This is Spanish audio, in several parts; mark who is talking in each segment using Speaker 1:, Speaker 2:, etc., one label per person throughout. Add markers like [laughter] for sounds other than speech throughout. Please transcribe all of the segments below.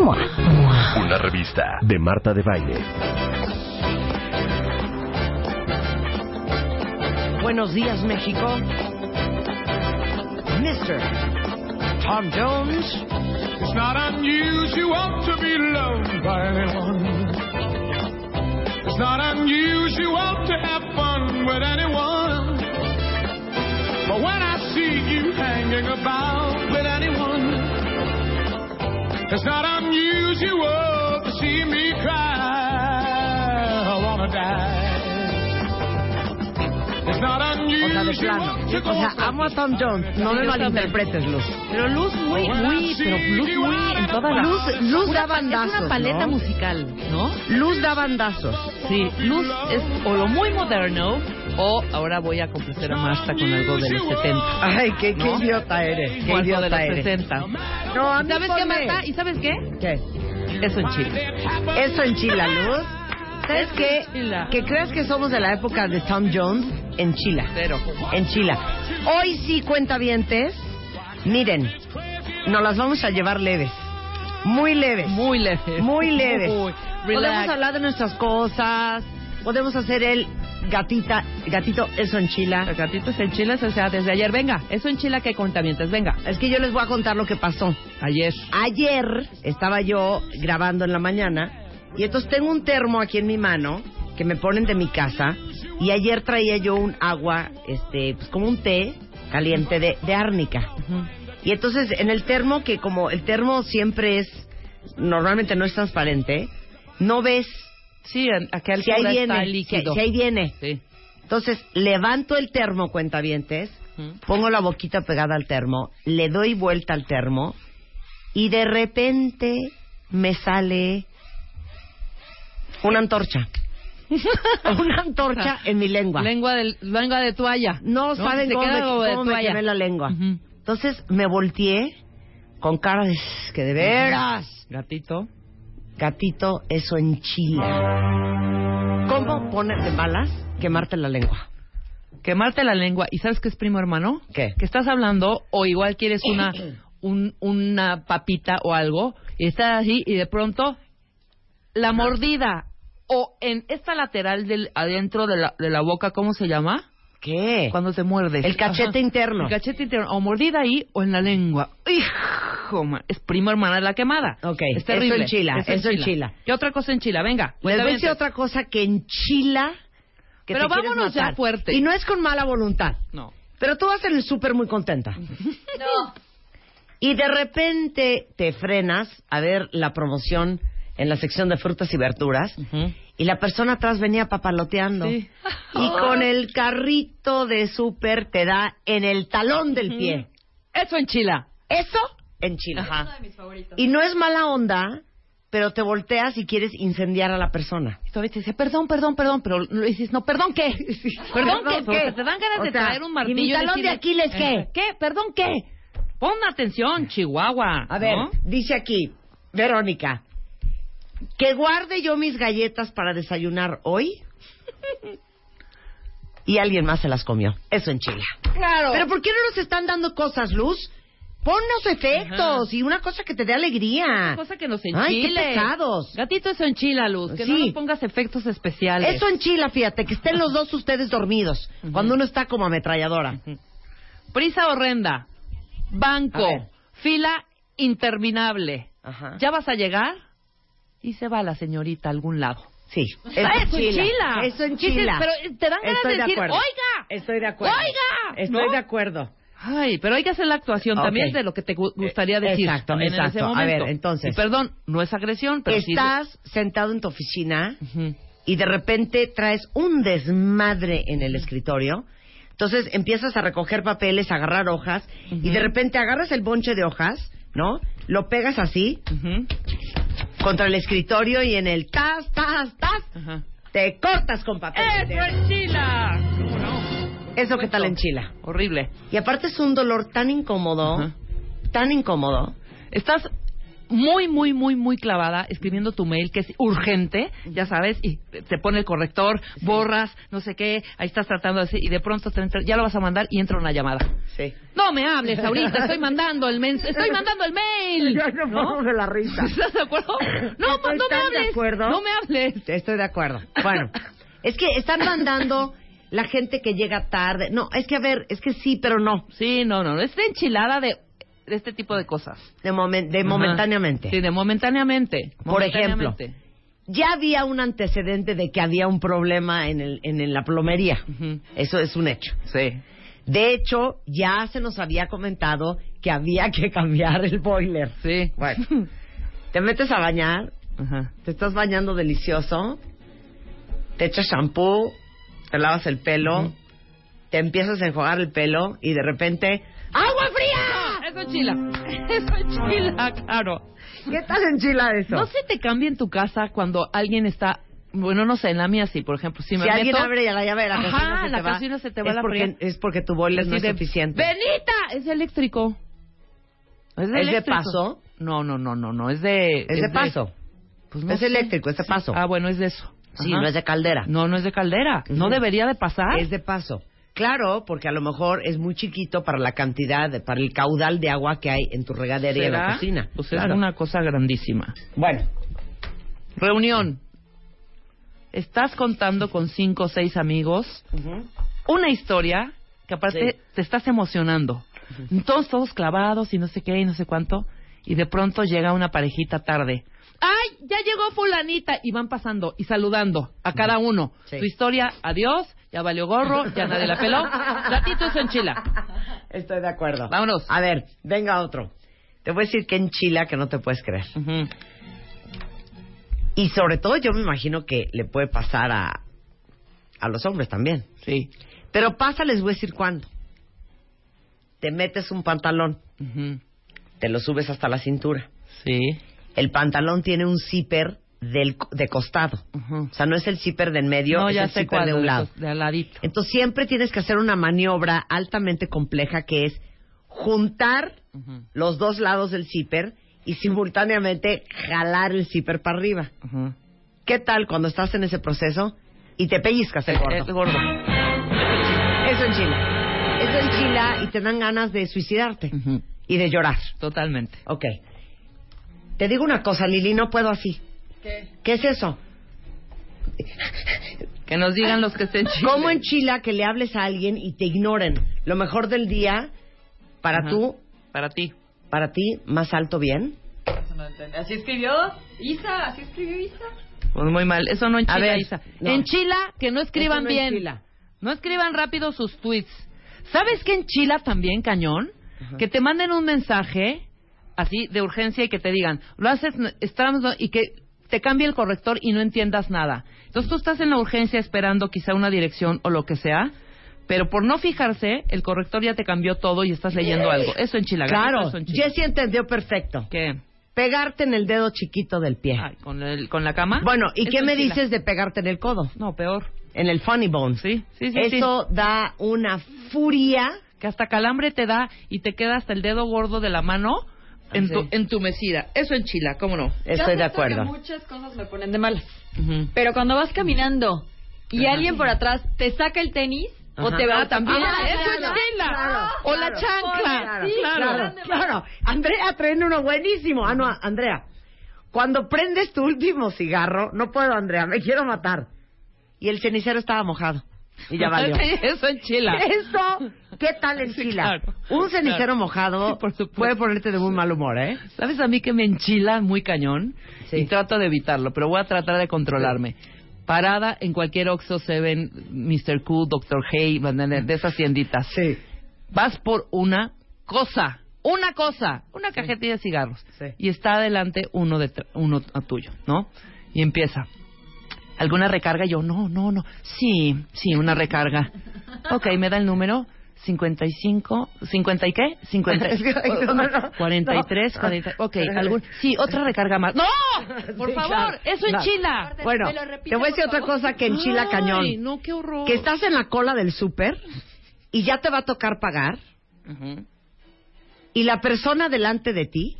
Speaker 1: MOA.
Speaker 2: Una revista de Marta de Baile.
Speaker 1: Buenos días, México. Mr. Tom Jones.
Speaker 3: It's not unusual to be loved by anyone. It's not unusual to have fun with anyone. But when I see you hanging about with anyone, it's not unusual to see me cry. I wanna die. It's not
Speaker 1: O sea, de
Speaker 3: unusual
Speaker 1: plano.
Speaker 3: to go
Speaker 1: O sea, amo a Tom Jones. No me
Speaker 4: Yo
Speaker 1: malinterpretes, Luz.
Speaker 4: Pero Luz muy, muy, pero Luz muy en todas las...
Speaker 1: Luz- Luz
Speaker 4: Una-
Speaker 1: da bandazos,
Speaker 4: Es una paleta
Speaker 1: ¿no?
Speaker 4: musical, ¿no?
Speaker 1: Luz da bandazos.
Speaker 4: Sí, Luz es o lo muy moderno o ahora voy a complacer a Marta con algo de los 70.
Speaker 1: Ay, qué, qué
Speaker 4: ¿No?
Speaker 1: idiota eres. Qué
Speaker 4: o algo de los
Speaker 1: idiota eres.
Speaker 4: 60.
Speaker 1: No, a
Speaker 4: ¿Y
Speaker 1: mí
Speaker 4: ¿Sabes qué,
Speaker 1: ponme-
Speaker 4: Marta? ¿Y sabes qué?
Speaker 1: ¿Qué?
Speaker 4: Eso en Chile.
Speaker 1: Eso enchila, Luz. ¿Sabes
Speaker 4: Eso
Speaker 1: qué?
Speaker 4: enchila.
Speaker 1: Que creas que somos de la época de Tom Jones, enchila.
Speaker 4: Cero.
Speaker 1: Enchila. Hoy sí, cuentavientes. Miren, nos las vamos a llevar leves. Muy leves.
Speaker 4: Muy leve.
Speaker 1: Muy leves.
Speaker 4: Muy.
Speaker 1: Podemos
Speaker 4: Relax.
Speaker 1: hablar de nuestras cosas. Podemos hacer el gatita, gatito, eso enchila.
Speaker 4: Los gatitos en Chile, o sea, desde ayer. Venga, eso en Chile que contamientas. Venga.
Speaker 1: Es que yo les voy a contar lo que pasó.
Speaker 4: Ayer.
Speaker 1: Ayer estaba yo grabando en la mañana y entonces tengo un termo aquí en mi mano que me ponen de mi casa y ayer traía yo un agua, este, pues como un té caliente de, de árnica. Y entonces en el termo que como el termo siempre es, normalmente no es transparente, no ves
Speaker 4: Sí, en- ¿a qué
Speaker 1: si ahí
Speaker 4: altura está
Speaker 1: viene,
Speaker 4: el
Speaker 1: si,
Speaker 4: líquido?
Speaker 1: si ahí viene.
Speaker 4: Sí.
Speaker 1: Entonces levanto el termo, cuentavientes,
Speaker 4: Ujú.
Speaker 1: pongo la boquita pegada al termo, le doy vuelta al termo y de repente me sale una
Speaker 4: [laughs]
Speaker 1: antorcha. una antorcha en mi lengua.
Speaker 4: Lengua de, lengua de toalla.
Speaker 1: No, saben
Speaker 4: se
Speaker 1: cómo,
Speaker 4: queda
Speaker 1: me,
Speaker 4: como de
Speaker 1: cómo me
Speaker 4: toalla.
Speaker 1: quemé la lengua.
Speaker 4: Ujú.
Speaker 1: Entonces me volteé con cara de "Shh, que de veras,
Speaker 4: Gatito.
Speaker 1: gatito, eso enchila. ¿Cómo ponerte malas? Quemarte la lengua.
Speaker 4: Quemarte la lengua. ¿Y sabes qué es primo hermano?
Speaker 1: ¿Qué?
Speaker 4: Que estás hablando o igual quieres
Speaker 1: [coughs]
Speaker 4: una, un- una papita o algo y estás así y de pronto la mordida o en esta lateral del adentro de la, de la boca, ¿cómo se llama?
Speaker 1: ¿Qué?
Speaker 4: Cuando te muerdes.
Speaker 1: El cachete interno.
Speaker 4: El cachete interno. O mordida ahí o en la lengua. Hijo, man. es primo hermana de la quemada.
Speaker 1: Ok,
Speaker 4: Es terrible.
Speaker 1: eso enchila, eso enchila.
Speaker 4: ¿Qué otra cosa enchila? Venga.
Speaker 1: Les voy a
Speaker 4: cuentavientes.
Speaker 1: decir otra cosa que enchila. Que
Speaker 4: Pero
Speaker 1: te quieres
Speaker 4: vámonos ya
Speaker 1: matar.
Speaker 4: fuerte.
Speaker 1: Y no es con mala voluntad.
Speaker 4: No.
Speaker 1: Pero tú vas en el súper muy
Speaker 4: [laughs]
Speaker 1: contenta. Y de repente te frenas a ver la promoción en la sección de frutas y verduras.
Speaker 4: Ujú.
Speaker 1: Y la persona atrás venía papaloteando.
Speaker 4: Sí.
Speaker 1: Y
Speaker 4: [laughs]
Speaker 1: con el carrito de súper te da en el talón del pie.
Speaker 4: Eso enchila.
Speaker 1: Eso en Chile.
Speaker 4: Ajá.
Speaker 1: Y no es mala onda, pero te volteas y quieres incendiar a la persona.
Speaker 4: Y todavía te dice, perdón, perdón, perdón, pero le dices, no, perdón,
Speaker 1: [laughs]
Speaker 4: ¿qué? Perdón, ¿qué? Pero te dan ganas
Speaker 1: O
Speaker 4: de
Speaker 1: sea,
Speaker 4: traer un martillo.
Speaker 1: ¿y mi
Speaker 4: y
Speaker 1: talón de
Speaker 4: decirle, eh,
Speaker 1: Aquiles qué?
Speaker 4: ¿Qué? ¿Perdón, qué? Pon atención, Chihuahua.
Speaker 1: Ah. A ver,
Speaker 4: ¿no?
Speaker 1: dice aquí, Verónica, que guarde yo mis galletas para desayunar hoy.
Speaker 4: [laughs]
Speaker 1: Y alguien más se las comió. Eso en Chile.
Speaker 4: Claro.
Speaker 1: Pero ¿por qué no nos están dando cosas, Luz? Ponnos efectos y una cosa que te dé alegría.
Speaker 4: cosa que nos enchile.
Speaker 1: Ay, qué pesados.
Speaker 4: Gatito, eso enchila, Luz. Que
Speaker 1: Sí.
Speaker 4: no nos pongas efectos especiales.
Speaker 1: Eso en Chile, fíjate, que estén los dos ustedes dormidos,
Speaker 4: Ujú.
Speaker 1: cuando uno está como ametralladora.
Speaker 4: Prisa
Speaker 1: A
Speaker 4: horrenda. Banco.
Speaker 1: ver.
Speaker 4: Fila interminable.
Speaker 1: Ajá.
Speaker 4: Ya vas a llegar y se va la señorita a algún lado.
Speaker 1: Sí.
Speaker 4: Ah, eso enchila.
Speaker 1: Eso en
Speaker 4: Dices,
Speaker 1: Chile.
Speaker 4: pero eh, te dan ganas
Speaker 1: Estoy
Speaker 4: de decir,
Speaker 1: acuerdo.
Speaker 4: "Oiga,
Speaker 1: Estoy de acuerdo.
Speaker 4: oiga",
Speaker 1: Estoy
Speaker 4: ¿no?
Speaker 1: de acuerdo.
Speaker 4: Ay, pero hay que hacer la actuación
Speaker 1: Ok.
Speaker 4: también de lo que te gu- gustaría
Speaker 1: Eh,
Speaker 4: decir.
Speaker 1: exacto,
Speaker 4: en ese
Speaker 1: exacto. A
Speaker 4: momento.
Speaker 1: ver, entonces.
Speaker 4: Y perdón, no es agresión, pero sí-
Speaker 1: Estás sentado en tu oficina
Speaker 4: Ujú.
Speaker 1: y de repente traes un desmadre en el escritorio. Entonces empiezas a recoger papeles, a agarrar hojas y de repente agarras el bonche de hojas, ¿no? Lo pegas así
Speaker 4: Ujú.
Speaker 1: contra el escritorio y en el tas, tas, tas,
Speaker 4: Ajá.
Speaker 1: te cortas con papel.
Speaker 4: ¡Eso
Speaker 1: entero.
Speaker 4: en Chila! ¿Cómo no?
Speaker 1: Eso qué tal enchila.
Speaker 4: Horrible.
Speaker 1: Y aparte es un dolor tan incómodo,
Speaker 4: Ajá.
Speaker 1: tan incómodo.
Speaker 4: Estás muy, muy, muy, muy clavada escribiendo tu mail que es urgente, ya sabes, y te pone el corrector, borras, no sé qué, ahí estás tratando de decir, y de pronto te entra- ya lo vas a mandar y entra una llamada.
Speaker 1: [laughs] Sí.
Speaker 4: No me hables ahorita, estoy mandando el men estoy mandando el mail.
Speaker 1: [laughs]
Speaker 4: ¿No?
Speaker 1: la risa.
Speaker 4: ¿Estás de acuerdo? No,
Speaker 1: Estoy
Speaker 4: pues no
Speaker 1: tan
Speaker 4: me
Speaker 1: de
Speaker 4: hables.
Speaker 1: acuerdo.
Speaker 4: No me hables.
Speaker 1: [laughs] Estoy de acuerdo. Bueno, es que están mandando la gente que llega tarde. No, es que a ver, es que sí, pero no.
Speaker 4: Sí, no, no, no, es de enchilada de, de este tipo de cosas.
Speaker 1: De, momen- de
Speaker 4: Ajá.
Speaker 1: momentáneamente.
Speaker 4: Sí, de momentáneamente.
Speaker 1: Por ejemplo.
Speaker 4: momentáneamente.
Speaker 1: Ya había un antecedente de que había un problema en, el, en, en la plomería.
Speaker 4: Ujú.
Speaker 1: Eso es un hecho.
Speaker 4: Sí.
Speaker 1: De hecho, ya se nos había comentado que había que cambiar el boiler.
Speaker 4: Sí. [laughs]
Speaker 1: Bueno, te metes a bañar,
Speaker 4: Ajá.
Speaker 1: te estás bañando delicioso, te echas shampoo, te lavas el pelo,
Speaker 4: Ujú.
Speaker 1: te empiezas a enjuagar el pelo y de repente ¡Agua fría!
Speaker 4: Eso es chila. [laughs] Eso es chila, claro.
Speaker 1: ¿Qué tal enchila eso?
Speaker 4: No se te cambia en tu casa cuando alguien está. Bueno, no sé, en la mía sí, por ejemplo. Si,
Speaker 1: Si
Speaker 4: me
Speaker 1: alguien
Speaker 4: meto-
Speaker 1: abre ya la llave de la
Speaker 4: Ajá,
Speaker 1: cocina, se
Speaker 4: la
Speaker 1: te va.
Speaker 4: cocina se te va
Speaker 1: es
Speaker 4: la
Speaker 1: porque,
Speaker 4: fría.
Speaker 1: es porque tu boiler no es
Speaker 4: Así de,
Speaker 1: suficiente.
Speaker 4: ¡Benita! Es eléctrico. ¿Es
Speaker 1: ¿Es de
Speaker 4: eléctrico.
Speaker 1: paso?
Speaker 4: No, no, no, no, no. Es de.
Speaker 1: Es de paso.
Speaker 4: pues no
Speaker 1: es
Speaker 4: sé.
Speaker 1: eléctrico, es de paso.
Speaker 4: Ah, bueno, es de eso.
Speaker 1: Sí,
Speaker 4: Ajá.
Speaker 1: no es de caldera.
Speaker 4: No, no es de caldera. No
Speaker 1: Ujú.
Speaker 4: debería de pasar.
Speaker 1: Es de paso. Claro, porque a lo mejor es muy chiquito para la cantidad, para el caudal de agua que hay en tu regadera y en la
Speaker 4: ¿Será?
Speaker 1: cocina.
Speaker 4: Pues
Speaker 1: Claro.
Speaker 4: es una cosa grandísima.
Speaker 1: Bueno,
Speaker 4: Reunión. Estás contando con cinco o seis amigos una historia que aparte
Speaker 1: Sí.
Speaker 4: te estás emocionando. Todos, todos clavados y no sé qué y no sé cuánto. Y de pronto llega una parejita tarde. ¡Ay! Ya llegó fulanita. Y van pasando y saludando a cada uno.
Speaker 1: Sí.
Speaker 4: Tu historia, adiós, ya valió gorro, ya nadie la
Speaker 1: [laughs]
Speaker 4: peló. Platito es en chila.
Speaker 1: estoy de acuerdo.
Speaker 4: Vámonos.
Speaker 1: A ver, venga otro. Te voy a decir que en Chile que no te puedes creer.
Speaker 4: Ujú.
Speaker 1: Y sobre todo yo me imagino que le puede pasar a, a los hombres también.
Speaker 4: Sí.
Speaker 1: Pero pasa, les voy a decir cuándo. Te metes un pantalón,
Speaker 4: Ujú.
Speaker 1: te lo subes hasta la cintura.
Speaker 4: Sí.
Speaker 1: El pantalón tiene un zipper del, de costado.
Speaker 4: Ujú.
Speaker 1: O sea, no es el zipper del medio,
Speaker 4: no,
Speaker 1: es
Speaker 4: ya
Speaker 1: el
Speaker 4: sé
Speaker 1: zipper
Speaker 4: cuál.
Speaker 1: de un lado.
Speaker 4: De al ladito.
Speaker 1: Entonces siempre tienes que hacer una maniobra altamente compleja que es juntar
Speaker 4: Ujú.
Speaker 1: los dos lados del zipper y simultáneamente jalar el zipper para arriba.
Speaker 4: Ujú.
Speaker 1: ¿Qué tal cuando estás en ese proceso y te pellizcas el gordo?
Speaker 4: Es gordo.
Speaker 1: Eso enchila. Eso enchila y te dan ganas de suicidarte
Speaker 4: Ujú.
Speaker 1: y de llorar.
Speaker 4: Totalmente.
Speaker 1: Ok. Te digo una cosa, Lili, no puedo así. ¿Qué? ¿Qué es eso?
Speaker 4: Que nos digan los que estén chiles.
Speaker 1: ¿Cómo enchila que le hables a alguien y te ignoren? Lo mejor del día para
Speaker 4: Ajá.
Speaker 1: tú,
Speaker 4: Para ti.
Speaker 1: para ti, más alto bien.
Speaker 5: Así escribió Isa, así escribió Isa.
Speaker 4: Pues muy mal. Eso no enchila,
Speaker 1: A ver,
Speaker 4: Isa.
Speaker 1: no.
Speaker 4: Enchila que no escriban
Speaker 1: Eso no
Speaker 4: bien.
Speaker 1: enchila.
Speaker 4: No escriban rápido sus tweets. ¿Sabes qué enchila también, cañón?
Speaker 1: Ajá.
Speaker 4: Que te manden un mensaje así de urgencia y que te digan, lo haces, estamos, y que te cambie el corrector y no entiendas nada. Entonces tú estás en la urgencia esperando quizá una dirección o lo que sea, pero por no fijarse, el corrector ya te cambió todo y estás leyendo algo. Eso enchila. gatito,
Speaker 1: Claro,
Speaker 4: eso enchila.
Speaker 1: Jessie entendió perfecto.
Speaker 4: ¿Qué?
Speaker 1: Pegarte en el dedo chiquito del pie.
Speaker 4: Ay, ¿con, el- ¿Con la cama?
Speaker 1: Bueno, ¿y
Speaker 4: Eso
Speaker 1: qué me
Speaker 4: enchila.
Speaker 1: dices de pegarte en el codo?
Speaker 4: No, peor.
Speaker 1: En el funny bone.
Speaker 4: Sí, sí, sí. sí.
Speaker 1: Eso da una furia.
Speaker 4: que hasta calambre te da y te queda hasta el dedo gordo de la mano en
Speaker 1: Ah, Sí.
Speaker 4: tu, entumecida. Eso enchila, ¿cómo no?
Speaker 5: Yo
Speaker 1: Estoy
Speaker 5: acepto
Speaker 1: de
Speaker 5: que
Speaker 1: acuerdo. Mm.
Speaker 5: muchas cosas me ponen de malas. Pero cuando vas caminando y alguien por atrás te saca el tenis
Speaker 1: Ajá.
Speaker 5: o te va
Speaker 1: Ah,
Speaker 5: también.
Speaker 1: también.
Speaker 5: Eso
Speaker 1: Claro,
Speaker 5: es
Speaker 4: enchila.
Speaker 1: claro,
Speaker 4: o la
Speaker 1: claro.
Speaker 4: chancla.
Speaker 5: Sí,
Speaker 4: claro.
Speaker 1: Claro, claro. Andrea, traen uno buenísimo. Ah, no, Andrea. Cuando prendes tu último cigarro, no puedo, Andrea, me quiero matar. Y el cenicero estaba mojado. Y
Speaker 4: [laughs]
Speaker 1: ya valió.
Speaker 4: Eso
Speaker 1: [laughs]
Speaker 4: enchila.
Speaker 1: Eso, ¿qué tal en
Speaker 4: Sí,
Speaker 1: Chila?
Speaker 4: claro.
Speaker 1: Un cenicero
Speaker 4: Claro.
Speaker 1: mojado
Speaker 4: Sí, por supuesto.
Speaker 1: puede ponerte de muy mal humor, ¿eh?
Speaker 4: ¿Sabes a mí que me enchila muy cañón?
Speaker 1: Sí.
Speaker 4: Y trato de evitarlo, pero voy a tratar de controlarme. Parada en cualquier Oxxo, Seven, Mr. Cool, Dr. Hey, de esas tienditas.
Speaker 1: Sí.
Speaker 4: vas por una cosa, una cosa, una cajetilla de cigarros,
Speaker 1: Sí.
Speaker 4: y está adelante uno de tra- uno a tuyo, ¿no? Y empieza. ¿Alguna recarga? Yo, no, no, no. Sí, sí, una recarga. Ok, me da el número. 55, 50 y qué? 50,
Speaker 1: [laughs] No, no, no.
Speaker 4: 43,
Speaker 1: No. Ah,
Speaker 4: 40, ok, algún, sí, otra recarga más. ¡No! Por
Speaker 1: Sí,
Speaker 4: favor,
Speaker 1: claro.
Speaker 4: eso
Speaker 1: No.
Speaker 4: enchila.
Speaker 1: Bueno,
Speaker 5: ¿me lo repite,
Speaker 1: te voy a decir
Speaker 5: por
Speaker 1: otra
Speaker 5: favor?
Speaker 1: cosa que enchila cañón.
Speaker 4: Ay, no, qué horror.
Speaker 1: Que estás en la cola del súper y ya te va a tocar pagar
Speaker 4: Ujú.
Speaker 1: y la persona delante de ti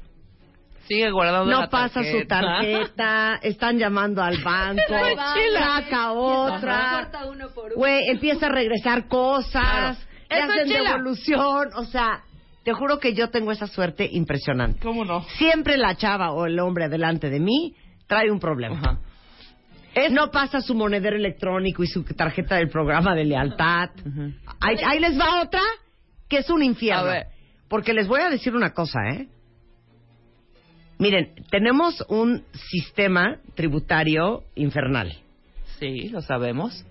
Speaker 4: Sigue guardado
Speaker 1: no pasa su tarjeta, están llamando [laughs] al banco,
Speaker 5: Ay, chila.
Speaker 1: saca
Speaker 5: Ajá.
Speaker 1: otra,
Speaker 5: Corta uno por uno.
Speaker 1: güey, empieza a regresar
Speaker 4: Claro.
Speaker 1: cosas, le
Speaker 4: Eso
Speaker 1: hacen
Speaker 4: enchila.
Speaker 1: devolución, o sea, te juro que yo tengo esa suerte impresionante.
Speaker 4: [laughs] ¿Cómo no?
Speaker 1: Siempre la chava o el hombre delante de mí trae un problema.
Speaker 4: Ajá.
Speaker 1: Es- No pasa su monedero electrónico y su tarjeta del programa de lealtad.
Speaker 4: Ujú.
Speaker 1: ahí, ahí les va otra que es un infierno.
Speaker 4: A ver.
Speaker 1: Porque les voy a decir una cosa, ¿eh? Miren, tenemos un sistema tributario infernal.
Speaker 4: Sí, lo sabemos.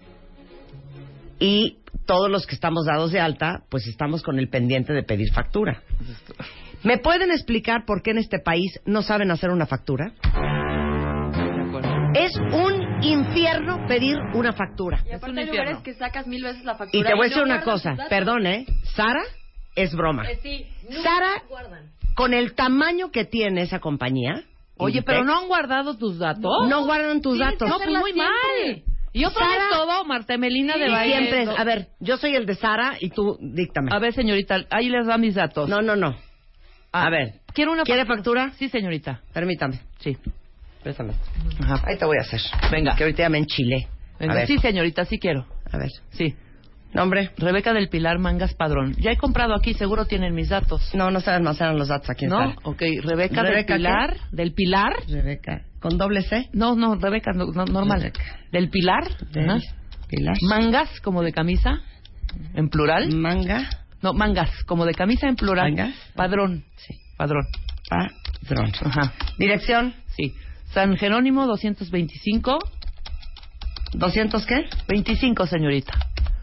Speaker 1: Y todos los que estamos dados de alta, pues estamos con el pendiente de pedir factura. ¿Me pueden explicar por qué en este país no saben hacer una factura?
Speaker 4: De acuerdo.
Speaker 1: Es un infierno pedir una factura.
Speaker 5: Y
Speaker 4: un
Speaker 5: aparte hay
Speaker 4: infierno.
Speaker 5: lugares que sacas mil veces la factura.
Speaker 1: Y te voy a
Speaker 5: no
Speaker 1: decir una
Speaker 5: guardan
Speaker 1: cosa,
Speaker 5: tus datos.
Speaker 1: perdón, ¿eh? Sara es broma.
Speaker 5: Eh, sí, nunca
Speaker 1: Sara-
Speaker 5: guardan.
Speaker 1: Con el tamaño que tiene esa compañía.
Speaker 4: Oye,
Speaker 1: Inditex,
Speaker 4: pero no han guardado tus datos.
Speaker 1: No guardan tus
Speaker 5: Tienes
Speaker 1: datos.
Speaker 5: que
Speaker 4: No, pues
Speaker 5: hacerla
Speaker 4: muy mal.
Speaker 5: siempre.
Speaker 4: Yo
Speaker 1: Sara-
Speaker 4: sabes todo, Martemelina de
Speaker 1: Y
Speaker 4: baile.
Speaker 1: siempre es,
Speaker 4: ¿eh? no.
Speaker 1: a ver, yo soy el de Sara y tú díctame.
Speaker 4: A ver, señorita, ahí les dan mis datos.
Speaker 1: No, no, no.
Speaker 4: Ah,
Speaker 1: a ver.
Speaker 4: ¿Quiere una
Speaker 1: ¿Quiere factura?
Speaker 4: Sí, señorita.
Speaker 1: Permítame.
Speaker 4: Sí.
Speaker 1: Préstame.
Speaker 4: Ajá.
Speaker 1: Ahí te voy a hacer.
Speaker 4: Venga.
Speaker 1: Que ahorita ya me enchilé.
Speaker 4: Venga,
Speaker 1: A ver.
Speaker 4: Sí, señorita, sí quiero.
Speaker 1: A ver.
Speaker 4: Sí.
Speaker 1: Nombre.
Speaker 4: Rebeca del Pilar Mangas Padrón. Ya he comprado aquí, seguro tienen mis datos.
Speaker 1: No, no se almacenan los datos aquí en
Speaker 4: ¿No?
Speaker 1: Sara.
Speaker 4: Ok, Rebeca, del
Speaker 1: ¿Rebeca qué?
Speaker 4: Pilar. ¿Del Pilar?
Speaker 1: Rebeca. Con doble C.
Speaker 4: No, no, Rebeca, no, no, normal.
Speaker 1: Rebeca.
Speaker 4: ¿Del Pilar?
Speaker 1: Del
Speaker 4: Ajá.
Speaker 1: Pilar.
Speaker 4: Mangas, como de camisa, en plural.
Speaker 1: Manga.
Speaker 4: No, mangas, como de camisa en plural.
Speaker 1: Mangas.
Speaker 4: Padrón. Sí, padrón.
Speaker 1: Padrón.
Speaker 4: Ajá.
Speaker 1: Dirección.
Speaker 4: Sí. San Jerónimo 225.
Speaker 1: ¿200 qué?
Speaker 4: 25, señorita.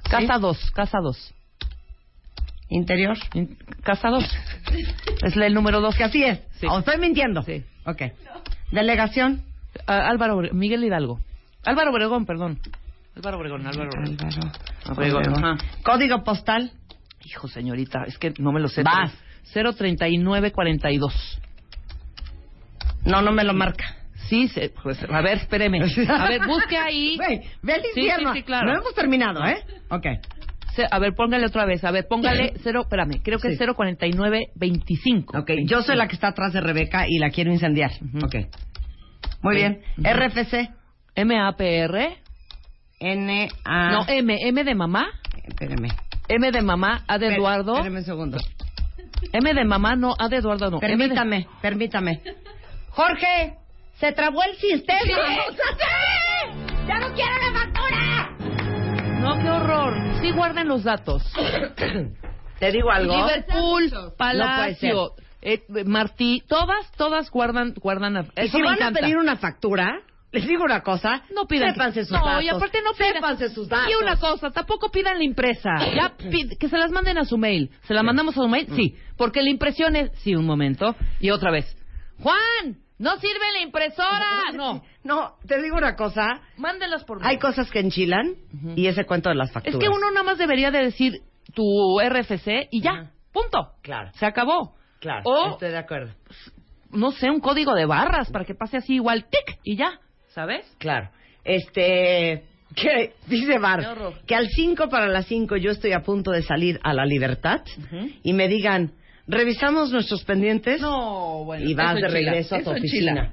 Speaker 4: Casa 2, casa 2.
Speaker 1: Interior.
Speaker 4: En- Casa 2. Es la- el número 2
Speaker 1: Que así es.
Speaker 4: Sí.
Speaker 1: ¿O estoy mintiendo?
Speaker 4: Sí.
Speaker 1: Ok. Delegación.
Speaker 4: Ah, Álvaro Obre- Miguel Hidalgo. Álvaro Obregón, perdón. Álvaro Obregón, Álvaro Obregón. Obregón, ajá.
Speaker 1: Código postal.
Speaker 4: Hijo, señorita, es que no me lo sé.
Speaker 1: Vas.
Speaker 4: 03942.
Speaker 1: No, no me lo marca.
Speaker 4: Sí, se- pues, a
Speaker 1: [laughs]
Speaker 4: ver, espéreme. A ver, busque ahí.
Speaker 1: Ve, ve el
Speaker 4: Sí, sí,
Speaker 1: infierno.
Speaker 4: sí, claro.
Speaker 1: No hemos terminado, ¿eh? Ok.
Speaker 4: Se- A ver, póngale otra vez. A ver, póngale 0, espérame, creo que
Speaker 1: Sí.
Speaker 4: es 04925.
Speaker 1: Ok, yo soy la que está atrás de Rebeca y la quiero incendiar.
Speaker 4: Ujú.
Speaker 1: Ok. Muy
Speaker 4: Sí.
Speaker 1: bien.
Speaker 4: Ujú.
Speaker 1: RFC.
Speaker 4: MAPR.
Speaker 1: N A.
Speaker 4: No, eh, M, M de mamá.
Speaker 1: Espérame.
Speaker 4: M de mamá, A de
Speaker 1: Espé-
Speaker 4: Eduardo.
Speaker 1: Espérame un segundo.
Speaker 4: M de mamá, no, A de Eduardo no. M de-
Speaker 1: Permítame, permítame. Jorge, se trabó el sistema. ¡Ya no quiero la factura!
Speaker 4: No, qué horror. Sí guarden los datos.
Speaker 1: Te digo algo.
Speaker 4: Liverpool,
Speaker 1: No
Speaker 4: Palacio, eh, Martí, todas, todas guardan, guardan. a-
Speaker 1: Y
Speaker 4: Eso
Speaker 1: si
Speaker 4: me
Speaker 1: van
Speaker 4: encanta.
Speaker 1: a pedir una factura, les digo una cosa.
Speaker 4: No pidan.
Speaker 1: Sépanse sus
Speaker 4: no,
Speaker 1: datos.
Speaker 4: y aparte no pidan.
Speaker 1: Sépanse sus datos.
Speaker 4: Y una cosa, tampoco pidan la impresa. Ya pi- que se las manden a su mail. ¿Se la mandamos a su
Speaker 1: Mm.
Speaker 4: mail? Sí. Porque la impresión es. Sí, un momento. Y otra vez. Juan, no sirve la
Speaker 1: [laughs]
Speaker 4: impresora. Ah, No.
Speaker 1: No, te digo una cosa.
Speaker 4: Mándenlas por mail.
Speaker 1: Hay cosas que enchilan y ese cuento de las
Speaker 4: Es
Speaker 1: facturas.
Speaker 4: que uno nada más debería de decir tu RFC y ya.
Speaker 1: Ajá.
Speaker 4: Punto.
Speaker 1: Claro.
Speaker 4: Se acabó.
Speaker 1: Claro,
Speaker 4: O-
Speaker 1: estoy de acuerdo.
Speaker 4: No sé, un código de barras para que pase así igual, tic, y ya. ¿Sabes?
Speaker 1: Claro. Este. Que, [laughs] dice
Speaker 4: Qué
Speaker 1: Bar,
Speaker 4: horror.
Speaker 1: que al 5 para las 5 yo estoy a punto de salir a la libertad y me digan, revisamos nuestros pendientes
Speaker 4: No, bueno.
Speaker 1: y vas de regreso a tu oficina.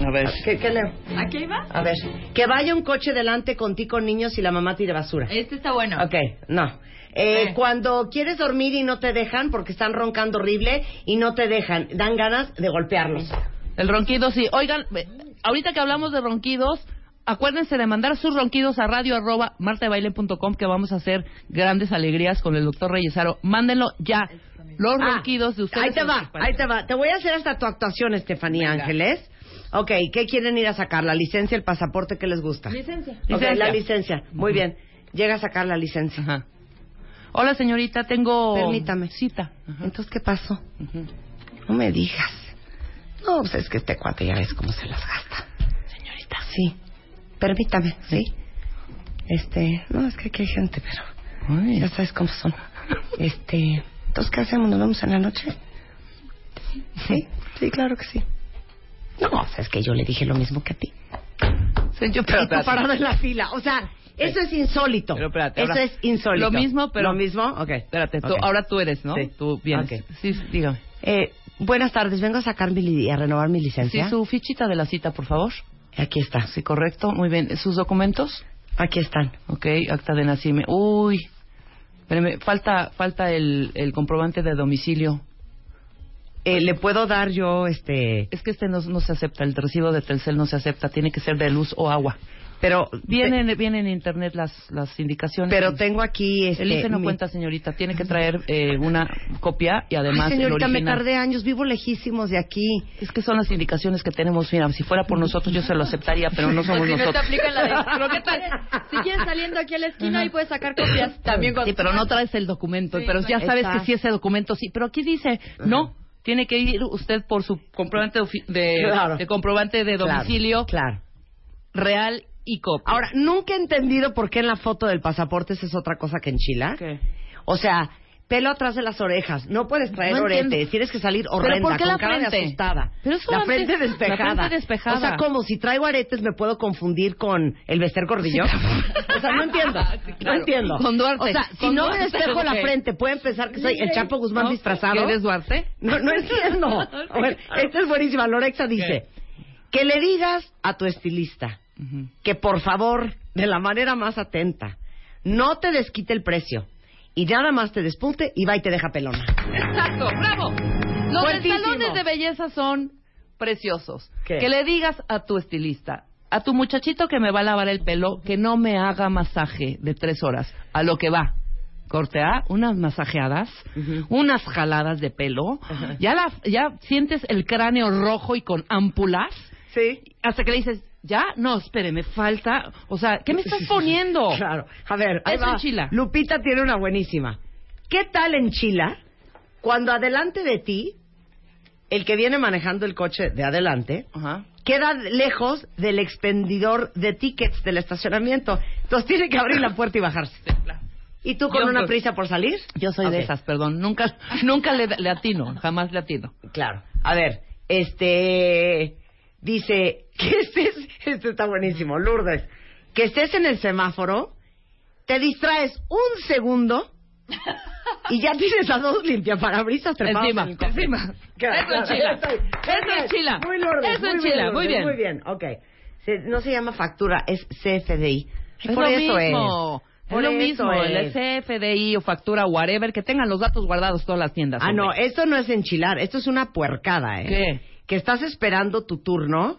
Speaker 4: A ver.
Speaker 1: ¿Qué, qué leo?
Speaker 5: ¿A qué iba?
Speaker 1: A ver. Que vaya un coche delante con ti con niños y la mamá tire basura.
Speaker 5: Este está bueno.
Speaker 1: Ok, no. Eh,
Speaker 5: Eh.
Speaker 1: Cuando quieres dormir y no te dejan porque están roncando horrible y no te dejan, dan ganas de golpearlos.
Speaker 4: El ronquido, sí. Oigan, ve- ahorita que hablamos de ronquidos, acuérdense de mandar sus ronquidos a radio arroba martadebaile.com que vamos a hacer grandes alegrías con el doctor Reyesaro. Mándenlo ya. Los
Speaker 1: Ah,
Speaker 4: ronquidos de ustedes.
Speaker 1: Ahí te
Speaker 4: en
Speaker 1: va,
Speaker 4: sus parejas.
Speaker 1: ahí te va. Te voy a hacer hasta tu actuación, Estefanía
Speaker 4: Venga.
Speaker 1: Ángeles. Ok, ¿qué quieren ir a sacar? ¿La licencia, el pasaporte? ¿Qué les gusta?
Speaker 5: Licencia.
Speaker 1: Ok,
Speaker 4: Licencia.
Speaker 1: la licencia. Muy bien. Llega a sacar la licencia.
Speaker 4: Ajá. Hola, señorita, tengo
Speaker 1: Permítame.
Speaker 4: cita. Ajá.
Speaker 1: Entonces, ¿qué pasó?
Speaker 4: Ujú.
Speaker 1: No me digas. No, pues es que este cuate ya ves cómo se las gasta. Señorita. Sí. Permítame, ¿sí? Este, no, es que aquí hay gente, pero... Ay, ya sabes cómo son. Este, entonces, ¿qué hacemos? ¿Nos vamos en la noche? Sí, sí, claro que sí. No, o sea, es que yo le dije lo mismo que a ti.
Speaker 4: Sí, yo,
Speaker 1: Y tú parado en la fila. O sea, eso es insólito.
Speaker 4: Eh. Pero espérate,
Speaker 1: eso
Speaker 4: ahora-
Speaker 1: es insólito.
Speaker 4: Lo mismo, pero-
Speaker 1: Lo mismo, ok.
Speaker 4: Espérate, tú-
Speaker 1: Ok.
Speaker 4: ahora tú eres, ¿no?
Speaker 1: Sí.
Speaker 4: Tú vienes.
Speaker 1: Ok.
Speaker 4: Sí, dígame.
Speaker 1: Eh, buenas tardes, vengo a sacar mi li- a renovar mi
Speaker 4: Sí,
Speaker 1: licencia.
Speaker 4: su fichita de la cita, por favor.
Speaker 1: Aquí está.
Speaker 4: Sí, correcto. Muy bien. ¿Sus documentos?
Speaker 1: Aquí están.
Speaker 4: Ok, acta de nacimiento. Uy, espérame, falta, falta el, el comprobante de domicilio.
Speaker 1: Eh, ¿Le puedo dar yo este.?
Speaker 4: Es que este no, no se acepta, el recibo de Telcel no se acepta, tiene que ser de luz o agua.
Speaker 1: Pero.
Speaker 4: Vienen, vienen en internet las, las indicaciones.
Speaker 1: Pero tengo aquí. Este,
Speaker 4: El IFE no
Speaker 1: mi-
Speaker 4: cuenta, señorita, tiene que traer eh, una copia y además
Speaker 1: Ay,
Speaker 4: el
Speaker 1: señorita, me
Speaker 4: original.
Speaker 1: tardé años, vivo lejísimos de aquí.
Speaker 4: Es que son las indicaciones que tenemos. Mira, si fuera por nosotros yo se lo aceptaría,
Speaker 1: [laughs]
Speaker 4: pero no somos
Speaker 5: Porque si no te
Speaker 4: nosotros.
Speaker 5: aplican la de... Pero
Speaker 4: [laughs]
Speaker 5: ¿qué tal? Si quieres saliendo aquí a la esquina ahí puedes sacar copias
Speaker 4: [clears throat]
Speaker 5: también cuando...
Speaker 4: Sí, pero no traes el documento,
Speaker 5: Sí,
Speaker 4: pero ya
Speaker 5: exacto.
Speaker 4: sabes que sí ese documento sí. Pero aquí dice, no, tiene que ir usted por su comprobante ofi- de,
Speaker 1: Claro.
Speaker 4: de comprobante de
Speaker 1: Claro,
Speaker 4: domicilio
Speaker 1: Claro.
Speaker 4: real y copia.
Speaker 1: Ahora, nunca he entendido por qué en la foto del pasaporte esa es otra cosa que en Chile.
Speaker 4: ¿Qué?
Speaker 1: O sea, pelo atrás de las orejas. No puedes traer
Speaker 4: No
Speaker 1: orete.
Speaker 4: entiendo.
Speaker 1: Tienes que salir
Speaker 4: ¿Pero
Speaker 1: horrenda,
Speaker 4: por qué la
Speaker 1: con cara de
Speaker 4: frente?
Speaker 1: asustada.
Speaker 4: Pero es
Speaker 1: la
Speaker 4: solamente-
Speaker 1: frente despejada.
Speaker 4: la frente despejada.
Speaker 1: O sea, como si traigo aretes me puedo confundir con el Bester Gordillo. o sea, no entiendo.
Speaker 4: [laughs] Sí, claro.
Speaker 1: No entiendo.
Speaker 4: Con Duarte.
Speaker 1: O sea, si
Speaker 4: Con
Speaker 1: no me
Speaker 4: Duarte,
Speaker 1: despejo la
Speaker 4: ok.
Speaker 1: frente, pueden pensar que soy el Chapo Guzmán
Speaker 4: ¿No?
Speaker 1: disfrazado.
Speaker 4: ¿Que ¿Eres Duarte?
Speaker 1: No, no
Speaker 4: [laughs]
Speaker 1: entiendo. A ver, esta es buenísima. Lorexa dice que le digas a tu estilista que por favor, de la manera más atenta, no te desquite el precio y nada más te despunte y va y te deja pelona.
Speaker 4: Exacto, bravo. Los
Speaker 1: Fuertísimo.
Speaker 4: salones de belleza son preciosos.
Speaker 1: ¿Qué?
Speaker 4: Que le digas a tu estilista, a tu muchachito que me va a lavar el pelo, que no me haga masaje de tres horas, a lo que va. Corte A, unas masajeadas, unas jaladas de pelo, ya, la, ya sientes el cráneo rojo y con ámpulas,
Speaker 1: Sí.
Speaker 4: hasta que le dices, ya, no, espéreme, falta, o sea, ¿qué
Speaker 1: [laughs]
Speaker 4: me estás poniendo?
Speaker 1: Claro. A ver, ahí
Speaker 4: Eso
Speaker 1: va.
Speaker 4: en Chila.
Speaker 1: Lupita tiene una buenísima. ¿Qué tal en Chila cuando adelante de ti, el que viene manejando el coche de adelante,
Speaker 4: Ajá.
Speaker 1: queda lejos del expendidor de tickets del estacionamiento. Entonces tiene que abrir la puerta y bajarse. ¿Y tú con
Speaker 4: Yo
Speaker 1: una
Speaker 4: soy-
Speaker 1: prisa por salir?
Speaker 4: Yo soy
Speaker 1: Ok,
Speaker 4: de esas, perdón, nunca, nunca le, le atino, jamás le atino.
Speaker 1: Claro. A ver, este. Dice que estés. [laughs] Este está buenísimo, Lourdes. Que estés en el semáforo, te distraes un segundo y ya tienes a dos limpiaparabrisas trepados
Speaker 4: Encima,
Speaker 1: en el coche.
Speaker 4: encima.
Speaker 1: Claro,
Speaker 4: Eso en
Speaker 1: claro,
Speaker 4: Chila.
Speaker 1: estoy-
Speaker 4: Eso en Chila.
Speaker 1: Muy Lourdes.
Speaker 4: Eso en
Speaker 1: muy bien,
Speaker 4: Chila, muy
Speaker 1: Lourdes,
Speaker 4: bien.
Speaker 1: Muy bien, ok. Se- no se llama factura, es CFDI.
Speaker 4: Es
Speaker 1: Por
Speaker 4: lo
Speaker 1: eso
Speaker 4: mismo.
Speaker 1: es.
Speaker 4: Es
Speaker 1: Por
Speaker 4: lo
Speaker 1: eso
Speaker 4: mismo, el
Speaker 1: es.
Speaker 4: SFDI o factura, whatever, que tengan los datos guardados todas las tiendas.
Speaker 1: Ah, no,
Speaker 4: hombre.
Speaker 1: esto no es enchilar, esto es una puercada, ¿eh?
Speaker 4: ¿Qué?
Speaker 1: Que estás esperando tu turno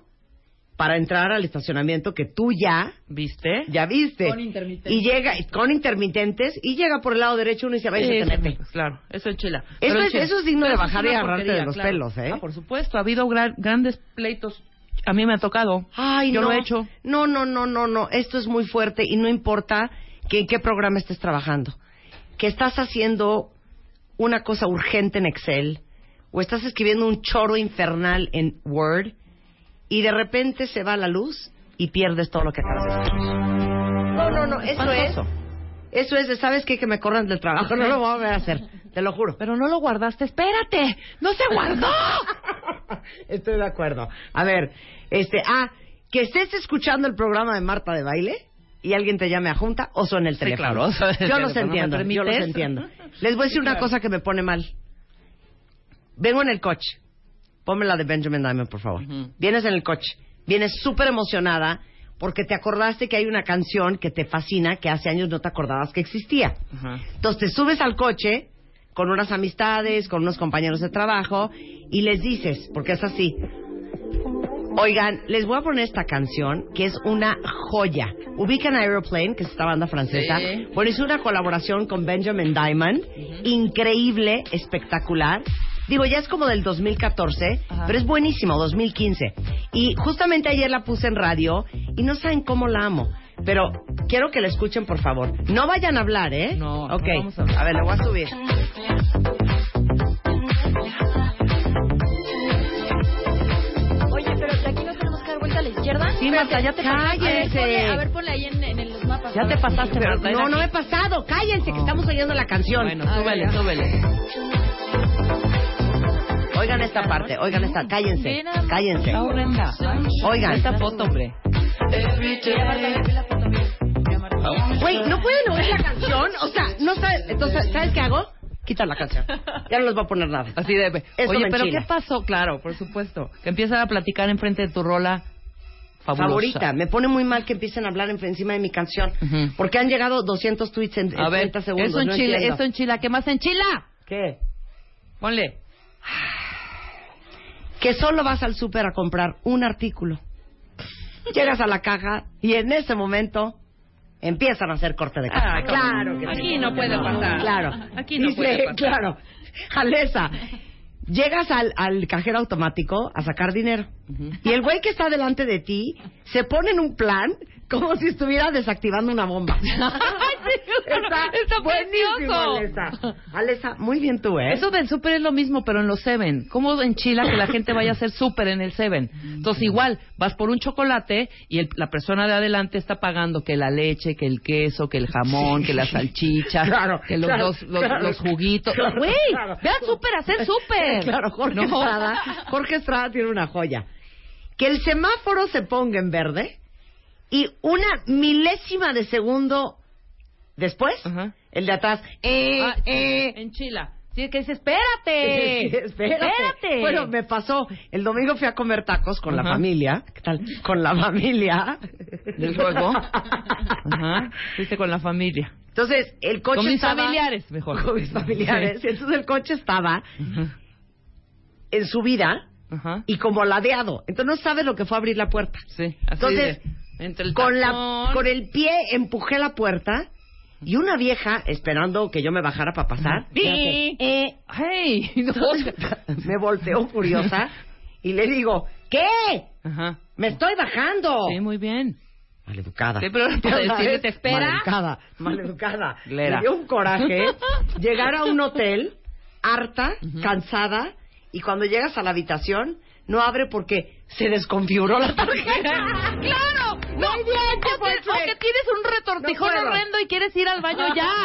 Speaker 1: para entrar al estacionamiento que tú ya,
Speaker 4: ¿Viste?
Speaker 1: ya viste.
Speaker 5: Con intermitentes.
Speaker 1: Y llega, con intermitentes, y llega por el lado derecho uno y se va y se te
Speaker 4: Sí,
Speaker 1: mete.
Speaker 4: Claro, eso es chila.
Speaker 1: Eso
Speaker 4: Pero en
Speaker 1: es-
Speaker 4: Chile-
Speaker 1: eso es digno
Speaker 4: Pero
Speaker 1: de
Speaker 4: eso
Speaker 1: bajar
Speaker 4: es
Speaker 1: y
Speaker 4: una
Speaker 1: agarrarte
Speaker 4: porquería,
Speaker 1: de los pelos, ¿eh?
Speaker 4: Ah, por supuesto, ha habido gran- grandes pleitos. A mí me ha tocado.
Speaker 1: Ay,
Speaker 4: Yo
Speaker 1: no.
Speaker 4: lo he hecho.
Speaker 1: No, no, no, no, no. Esto es muy fuerte y no importa que en qué programa estés trabajando. Que estás haciendo una cosa urgente en Excel o estás escribiendo un choro infernal en Word y de repente se va la luz y pierdes todo lo que acabas de hacer. No, no, no. Eso es.
Speaker 4: Espantoso.
Speaker 1: Eso es de, ¿sabes qué? Que me corran del trabajo. [laughs] No lo voy a volver a hacer. Te lo juro.
Speaker 4: Pero no lo guardaste. Espérate, no se guardó.
Speaker 1: [laughs] Estoy de acuerdo. A ver, este, ah, que estés escuchando el programa de Marta de Baile y alguien te llame a junta o son el teléfono.
Speaker 4: claro, o [laughs] suena el
Speaker 1: yo los
Speaker 4: teléfono, ¿me
Speaker 1: entiendo, yo los
Speaker 4: permites?
Speaker 1: entiendo. Les voy a decir una cosa que me pone mal. Vengo en el coche. Ponme la de Benjamin Diamond, por favor.
Speaker 4: Ujú.
Speaker 1: Vienes en el coche. Vienes súper emocionada porque te acordaste que hay una canción que te fascina que hace años no te acordabas que existía.
Speaker 4: Ajá.
Speaker 1: Entonces te subes al coche con unas amistades, con unos compañeros de trabajo y les dices, porque es así, oigan, les voy a poner esta canción que es una joya. Ubican Aeroplane, que es esta banda francesa.
Speaker 4: Sí.
Speaker 1: Bueno, hizo una colaboración con Benjamin Diamond, increíble, espectacular. Digo, ya es como del 2014,
Speaker 4: Ajá.
Speaker 1: pero es buenísimo, 2015. Y justamente ayer la puse en radio y no saben cómo la amo. Pero quiero que la escuchen, por favor. No vayan a hablar, ¿eh?
Speaker 4: No, no
Speaker 1: Ok.
Speaker 4: vamos a hablar.
Speaker 1: a ver, la voy a subir.
Speaker 5: Oye, pero de aquí no tenemos que dar vuelta a la izquierda.
Speaker 1: Sí, Marta, ya te
Speaker 5: A ver,
Speaker 1: cállense.
Speaker 5: ponle, a ver, ponle ahí en, en los mapas.
Speaker 4: Ya te pasaste,
Speaker 1: Pero
Speaker 4: Marta,
Speaker 1: no,
Speaker 4: era
Speaker 1: no he
Speaker 4: aquí. Ah.
Speaker 1: pasado. Cállense que estamos oyendo la canción.
Speaker 4: Bueno, súbele, súbele.
Speaker 1: Oigan esta parte, oigan esta. Cállense, cállense.
Speaker 4: Está horrenda.
Speaker 1: Oigan.
Speaker 4: Esta foto, hombre.
Speaker 1: Güey, ¿no pueden oír la canción? O sea, no saben. Entonces, ¿sabes qué hago? Quita la canción. Ya no les voy a poner nada.
Speaker 4: Así de.
Speaker 1: Esto
Speaker 4: Oye,
Speaker 1: me
Speaker 4: pero
Speaker 1: enchila.
Speaker 4: ¿qué pasó? Claro, por supuesto. Que empiezan a platicar enfrente de tu rola fabulosa.
Speaker 1: Favorita. Me pone muy mal que empiecen a hablar en- encima de mi canción.
Speaker 4: Ujú.
Speaker 1: Porque han llegado 200 tweets en, en
Speaker 4: A ver,
Speaker 1: 30 segundos.
Speaker 4: eso en
Speaker 1: no
Speaker 4: Chile,
Speaker 1: entiendo.
Speaker 4: eso en Chile. ¿Qué más en Chile?
Speaker 1: ¿Qué?
Speaker 4: Ponle.
Speaker 1: que solo vas al súper a comprar un artículo. Llegas a la caja y en ese momento empiezan a hacer corte de caja.
Speaker 4: Ah,
Speaker 1: claro que
Speaker 4: aquí no puede pasar.
Speaker 1: Claro.
Speaker 4: Aquí no
Speaker 1: Dice,
Speaker 4: puede pasar.
Speaker 1: Claro. Jaleza. Llegas al, al cajero automático a sacar dinero. Y el güey que está delante de ti se pone en un plan como si estuviera desactivando una
Speaker 4: [laughs]
Speaker 1: bomba. está
Speaker 4: está
Speaker 1: buenísimo,
Speaker 4: precioso.
Speaker 1: Alesa. Alesa, muy bien tú, ¿eh?
Speaker 4: Eso del súper es lo mismo, pero en los Seven. ¿Cómo en Chile que la gente vaya a hacer súper en el Seven? Entonces,
Speaker 1: Mm.
Speaker 4: igual, vas por un chocolate y el- la persona de adelante está pagando que la leche, que el queso, que el jamón, que la salchicha,
Speaker 1: Claro,
Speaker 4: que los,
Speaker 1: claro,
Speaker 4: los, los-
Speaker 1: claro,
Speaker 4: los juguitos.
Speaker 1: claro,
Speaker 4: ¡Güey!
Speaker 1: claro. Eh,
Speaker 4: ¡Ve al súper a hacer súper!
Speaker 1: Claro, Jorge
Speaker 4: No.
Speaker 1: Estrada. Jorge Estrada tiene una joya. Que el semáforo se ponga en verde y una milésima de segundo después,
Speaker 4: Ajá.
Speaker 1: el de atrás. Eh,
Speaker 4: Ah,
Speaker 1: eh.
Speaker 4: En Chile. Sí, que dice, espérate.
Speaker 1: [laughs] Sí, espérate. Bueno, me pasó. El domingo fui a comer tacos con la
Speaker 4: Ajá.
Speaker 1: familia. ¿Qué tal? Con la familia.
Speaker 4: ¿Y luego?
Speaker 1: [laughs]
Speaker 4: Ajá. Fuiste con la familia.
Speaker 1: Entonces, el coche
Speaker 4: Con mis
Speaker 1: estaba-
Speaker 4: familiares, mejor.
Speaker 1: Con mis familiares.
Speaker 4: Sí.
Speaker 1: Entonces, el coche estaba
Speaker 4: Ajá.
Speaker 1: en subida
Speaker 4: Ajá.
Speaker 1: y como ladeado. Entonces, no sabes lo que fue abrir la puerta.
Speaker 4: Sí. así
Speaker 1: Entonces,
Speaker 4: de, entre el
Speaker 1: con, la,
Speaker 4: tacón.
Speaker 1: con el pie empujé la puerta y una vieja, esperando que yo me bajara para pasar,
Speaker 4: Sí.
Speaker 1: eh, [laughs]
Speaker 4: ¡Hey! No.
Speaker 1: me volteó furiosa y le digo, ¿qué?
Speaker 4: Ajá.
Speaker 1: Me estoy bajando.
Speaker 4: Sí, muy bien.
Speaker 1: Maleducada.
Speaker 4: Sí, pero para
Speaker 1: Una
Speaker 4: decirle,
Speaker 1: vez,
Speaker 4: ¿te espera?
Speaker 1: Maleducada, maleducada.
Speaker 4: Glera.
Speaker 1: Me dio un
Speaker 4: [laughs]
Speaker 1: coraje llegar a un hotel harta, cansada, y cuando llegas a la habitación no abre porque se desconfiguró la [laughs] tarjeta.
Speaker 4: ¡Claro! ¡No!
Speaker 1: Muy bien,
Speaker 4: o,
Speaker 1: Chepo
Speaker 4: te- o
Speaker 1: Trek.
Speaker 4: que tienes un retortijón
Speaker 1: No puedo.
Speaker 4: horrendo y quieres ir al baño [laughs]
Speaker 1: [laughs]
Speaker 4: ya.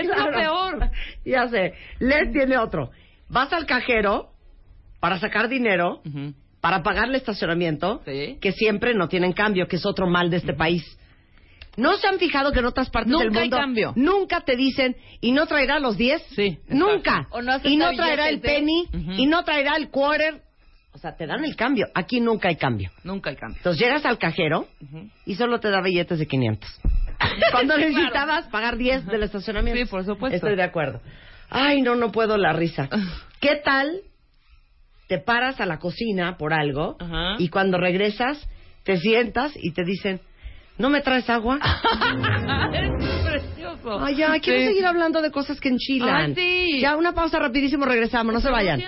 Speaker 4: Es lo
Speaker 1: Claro.
Speaker 4: peor.
Speaker 1: Ya sé. Les tiene otro. Vas al cajero para sacar dinero,
Speaker 4: Ujú.
Speaker 1: para pagar el estacionamiento,
Speaker 4: Sí.
Speaker 1: que siempre no tienen cambio, que es otro mal de este país. ¿No se han fijado que en otras partes
Speaker 4: Nunca
Speaker 1: del
Speaker 4: hay
Speaker 1: mundo
Speaker 4: cambio.
Speaker 1: nunca te dicen y no traerá los 10?
Speaker 4: Sí,
Speaker 1: Nunca.
Speaker 5: O no acepta
Speaker 1: y no traerá el
Speaker 5: billetes de-
Speaker 1: penny
Speaker 4: Ujú.
Speaker 1: y no traerá el quarter. O sea, te dan el cambio. Aquí nunca hay cambio.
Speaker 4: Nunca hay cambio.
Speaker 1: Entonces llegas al cajero
Speaker 4: Ujú.
Speaker 1: y solo te da billetes de
Speaker 4: [laughs]
Speaker 1: 500. Cuando
Speaker 4: Claro.
Speaker 1: necesitabas pagar 10 del estacionamiento.
Speaker 4: Sí, por supuesto.
Speaker 1: Estoy de acuerdo. Ay, no, no puedo la
Speaker 4: [laughs]
Speaker 1: risa. ¿Qué tal te paras a la cocina por algo
Speaker 4: Ajá. [laughs]
Speaker 1: y cuando regresas te sientas y te dicen, ¿no me traes
Speaker 4: [laughs]
Speaker 1: agua?
Speaker 4: es precioso.
Speaker 1: Ay, ya, quiero
Speaker 4: Sí.
Speaker 1: seguir hablando de cosas que enchilan.
Speaker 4: Ay, sí.
Speaker 1: Ya, una pausa rapidísimo, regresamos, no se vayan.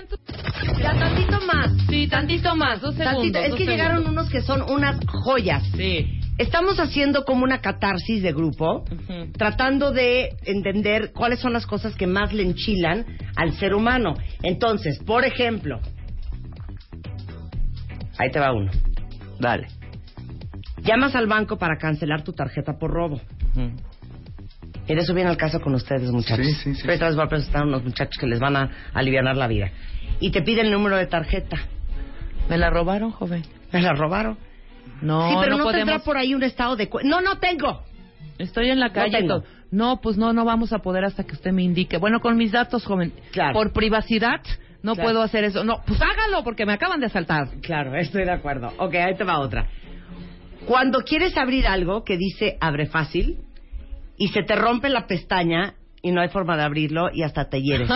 Speaker 1: Ya, tantito más.
Speaker 4: Sí, tantito más, dos segundos.
Speaker 1: Tantito. Es
Speaker 4: dos
Speaker 1: que llegaron
Speaker 4: segundos.
Speaker 1: unos que son unas joyas.
Speaker 4: Sí.
Speaker 1: Estamos haciendo como una catarsis de grupo,
Speaker 4: Ujú.
Speaker 1: tratando de entender cuáles son las cosas que más le enchilan al ser humano. Entonces, por ejemplo, ahí te va uno.
Speaker 4: Dale.
Speaker 1: Llamas al banco para cancelar tu tarjeta por robo.
Speaker 4: Ujú.
Speaker 1: Y de eso viene al caso con ustedes, muchachos.
Speaker 6: Sí, sí, sí.
Speaker 1: Ahorita les voy a presentar unos muchachos que les van a aliviar la vida. Y te piden el número de tarjeta.
Speaker 4: Me la robaron, joven.
Speaker 1: Me la robaron.
Speaker 4: No,
Speaker 1: sí, pero no,
Speaker 4: no,
Speaker 1: tendrá
Speaker 4: podemos.
Speaker 1: por ahí un estado de... cue- No, no tengo.
Speaker 4: Estoy en la calle.
Speaker 1: tengo.
Speaker 4: No, no, pues no, no vamos a poder hasta que usted me indique. Bueno, con mis datos, joven.
Speaker 1: Claro.
Speaker 4: Por privacidad no
Speaker 1: Claro.
Speaker 4: puedo hacer eso. No, pues hágalo porque me acaban de asaltar.
Speaker 1: Claro, estoy de acuerdo. Ok, ahí te va otra. Cuando quieres abrir algo que dice abre fácil y se te rompe la pestaña y no hay forma de abrirlo y hasta te hieres.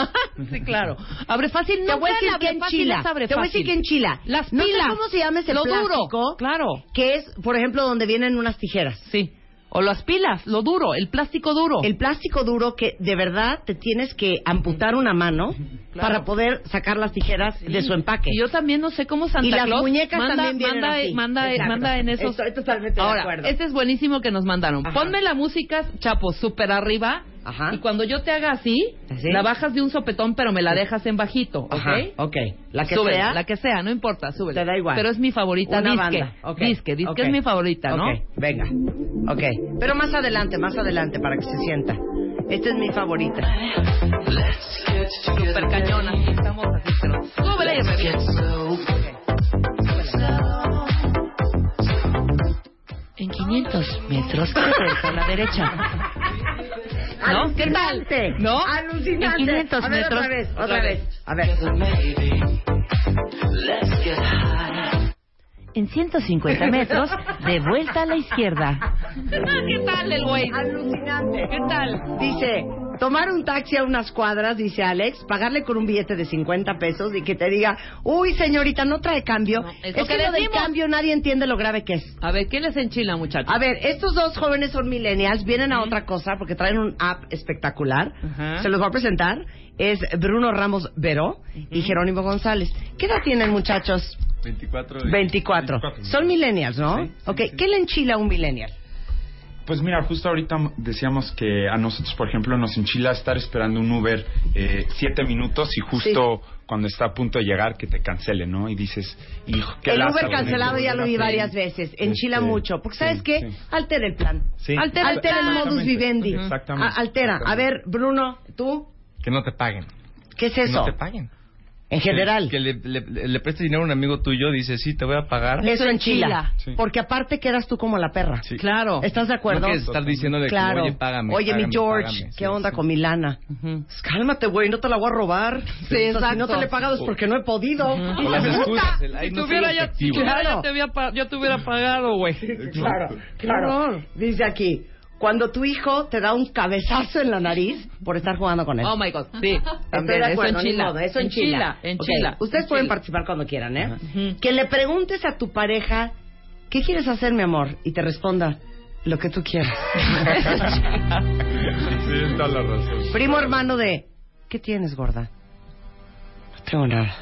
Speaker 4: sí, claro. [laughs] Abre fácil, no
Speaker 1: te voy a decir que en Chile. Te voy a decir que en Chile.
Speaker 4: Las pilas.
Speaker 1: no sé cómo se llama ese
Speaker 4: Lo
Speaker 1: plástico
Speaker 4: duro. Claro.
Speaker 1: que es, por ejemplo, donde vienen unas tijeras.
Speaker 4: Sí. O las pilas, lo duro, el plástico duro.
Speaker 1: El plástico duro que de verdad te tienes que amputar una mano
Speaker 4: Claro.
Speaker 1: para poder sacar las tijeras de su empaque.
Speaker 4: Y yo también no sé cómo Santa
Speaker 1: Y las
Speaker 4: Claus
Speaker 1: muñecas
Speaker 4: manda,
Speaker 1: también vienen
Speaker 4: manda,
Speaker 1: así.
Speaker 4: manda,
Speaker 1: Exacto.
Speaker 4: manda en esos.
Speaker 1: Estoy totalmente de
Speaker 4: Ahora,
Speaker 1: acuerdo.
Speaker 4: este es buenísimo que nos mandaron.
Speaker 1: Ajá.
Speaker 4: Ponme la música, Chapo, súper arriba.
Speaker 1: Ajá.
Speaker 4: y cuando yo te haga así,
Speaker 1: ¿Así?
Speaker 4: la bajas de un sopetón, pero me la dejas en bajito, ¿ok?
Speaker 1: Ajá, ok. La que
Speaker 4: Súbele,
Speaker 1: sea.
Speaker 4: la que sea, no importa, súbele.
Speaker 1: Te da igual.
Speaker 4: Pero es mi favorita,
Speaker 1: Una
Speaker 4: disque.
Speaker 1: banda. ok,
Speaker 4: Disque, disque
Speaker 1: ok.
Speaker 4: es mi favorita, ¿no?
Speaker 1: Ok, venga. Ok. Pero más adelante, más adelante para que se sienta. Esta es mi favorita.
Speaker 4: Super cañona. Estamos así, pero súbele, bebé. En 500 metros, [laughs] vuelta a la derecha. ¿No? ¿Qué tal?
Speaker 1: Alucinante.
Speaker 4: ¿No?
Speaker 1: Alucinante.
Speaker 4: En 500
Speaker 1: a ver,
Speaker 4: metros.
Speaker 1: otra vez, otra vez. A ver.
Speaker 4: En 150 metros, de vuelta a la izquierda. [laughs] ¿Qué tal el güey?
Speaker 1: Alucinante.
Speaker 4: ¿Qué tal?
Speaker 1: Dice, tomar un taxi a unas cuadras, dice Alex, pagarle con un billete de 50 pesos y que te diga, uy, señorita, no trae cambio.
Speaker 4: No, es
Speaker 1: es
Speaker 4: lo
Speaker 1: que
Speaker 4: que
Speaker 1: lo del
Speaker 4: decimos.
Speaker 1: cambio nadie entiende lo grave que es.
Speaker 4: A ver, ¿qué les enchila, muchachos?
Speaker 1: A ver, estos dos jóvenes son millennials, vienen a otra cosa porque traen un app espectacular.
Speaker 4: Ajá.
Speaker 1: Se los voy a presentar. Es Bruno Ramos Veró y Jerónimo González. ¿Qué edad tienen, muchachos?
Speaker 6: 24. de-
Speaker 1: 24.
Speaker 6: 24.
Speaker 1: Son millennials, ¿no?
Speaker 6: Sí, sí,
Speaker 1: ok,
Speaker 6: sí.
Speaker 1: ¿qué le enchila a un millennial?
Speaker 6: Pues mira, justo ahorita decíamos que a nosotros, por ejemplo, nos enchila estar esperando un Uber eh, siete minutos y justo cuando está a punto de llegar que te cancele, ¿no? Y dices, hijo, qué
Speaker 1: el
Speaker 6: lástima,
Speaker 1: Uber cancelado
Speaker 6: me
Speaker 1: ya lo
Speaker 6: hubiera
Speaker 1: vi varias
Speaker 6: pedido".
Speaker 1: veces. Enchila
Speaker 6: Este,
Speaker 1: mucho. Porque, ¿sabes
Speaker 6: sí,
Speaker 1: qué?
Speaker 6: sí.
Speaker 1: Altera el plan.
Speaker 6: Sí.
Speaker 1: Altera, altera el
Speaker 6: Exactamente,
Speaker 1: modus vivendi.
Speaker 6: exactamente.
Speaker 1: A- altera. A ver, Bruno, ¿tú?
Speaker 7: Que no te paguen.
Speaker 1: ¿Qué es
Speaker 7: Que
Speaker 1: eso?
Speaker 7: no te paguen.
Speaker 1: en general.
Speaker 7: Que le, le, le prestes dinero a un amigo tuyo, dice, sí, te voy a pagar.
Speaker 1: Eso enchila.
Speaker 6: Sí.
Speaker 1: Porque aparte quedas tú como la perra.
Speaker 7: Sí.
Speaker 4: Claro.
Speaker 1: ¿Estás de acuerdo?
Speaker 7: No quieres estar diciéndole que,
Speaker 1: claro.
Speaker 7: oye, págame,
Speaker 1: Oye, mi
Speaker 7: págame,
Speaker 1: George,
Speaker 7: págame. Sí,
Speaker 1: ¿qué onda
Speaker 7: sí.
Speaker 1: con mi lana? Pues,
Speaker 4: Ujú.
Speaker 1: Cálmate, güey, no te la voy a robar. O sea, si no
Speaker 4: exacto.
Speaker 1: te le he pagado es porque no he podido.
Speaker 7: O las excusas, el, ay,
Speaker 4: Si
Speaker 7: no soy
Speaker 4: tuviera ya,
Speaker 1: [laughs]
Speaker 4: si
Speaker 7: efectivo.
Speaker 4: tuviera
Speaker 1: Claro.
Speaker 4: ya te había pa- ya te hubiera pagado, güey.
Speaker 1: Claro, claro.
Speaker 4: horror.
Speaker 1: Dice aquí, cuando tu hijo te da un cabezazo en la nariz por estar jugando con él.
Speaker 4: Oh my God, sí.
Speaker 1: Estoy
Speaker 4: También,
Speaker 1: de acuerdo,
Speaker 4: eso
Speaker 1: ni
Speaker 4: enchila.
Speaker 1: modo, eso en
Speaker 4: Enchila,
Speaker 1: Chila.
Speaker 4: enchila.
Speaker 1: Ustedes pueden
Speaker 4: Enchila.
Speaker 1: participar cuando quieran, ¿eh?
Speaker 4: Ujú.
Speaker 1: Que le preguntes a tu pareja, ¿qué quieres hacer, mi amor? Y te responda, lo que tú
Speaker 7: [laughs]
Speaker 1: quieras.
Speaker 6: Sí, toda la razón.
Speaker 1: Primo hermano de, ¿qué tienes, gorda? No tengo nada.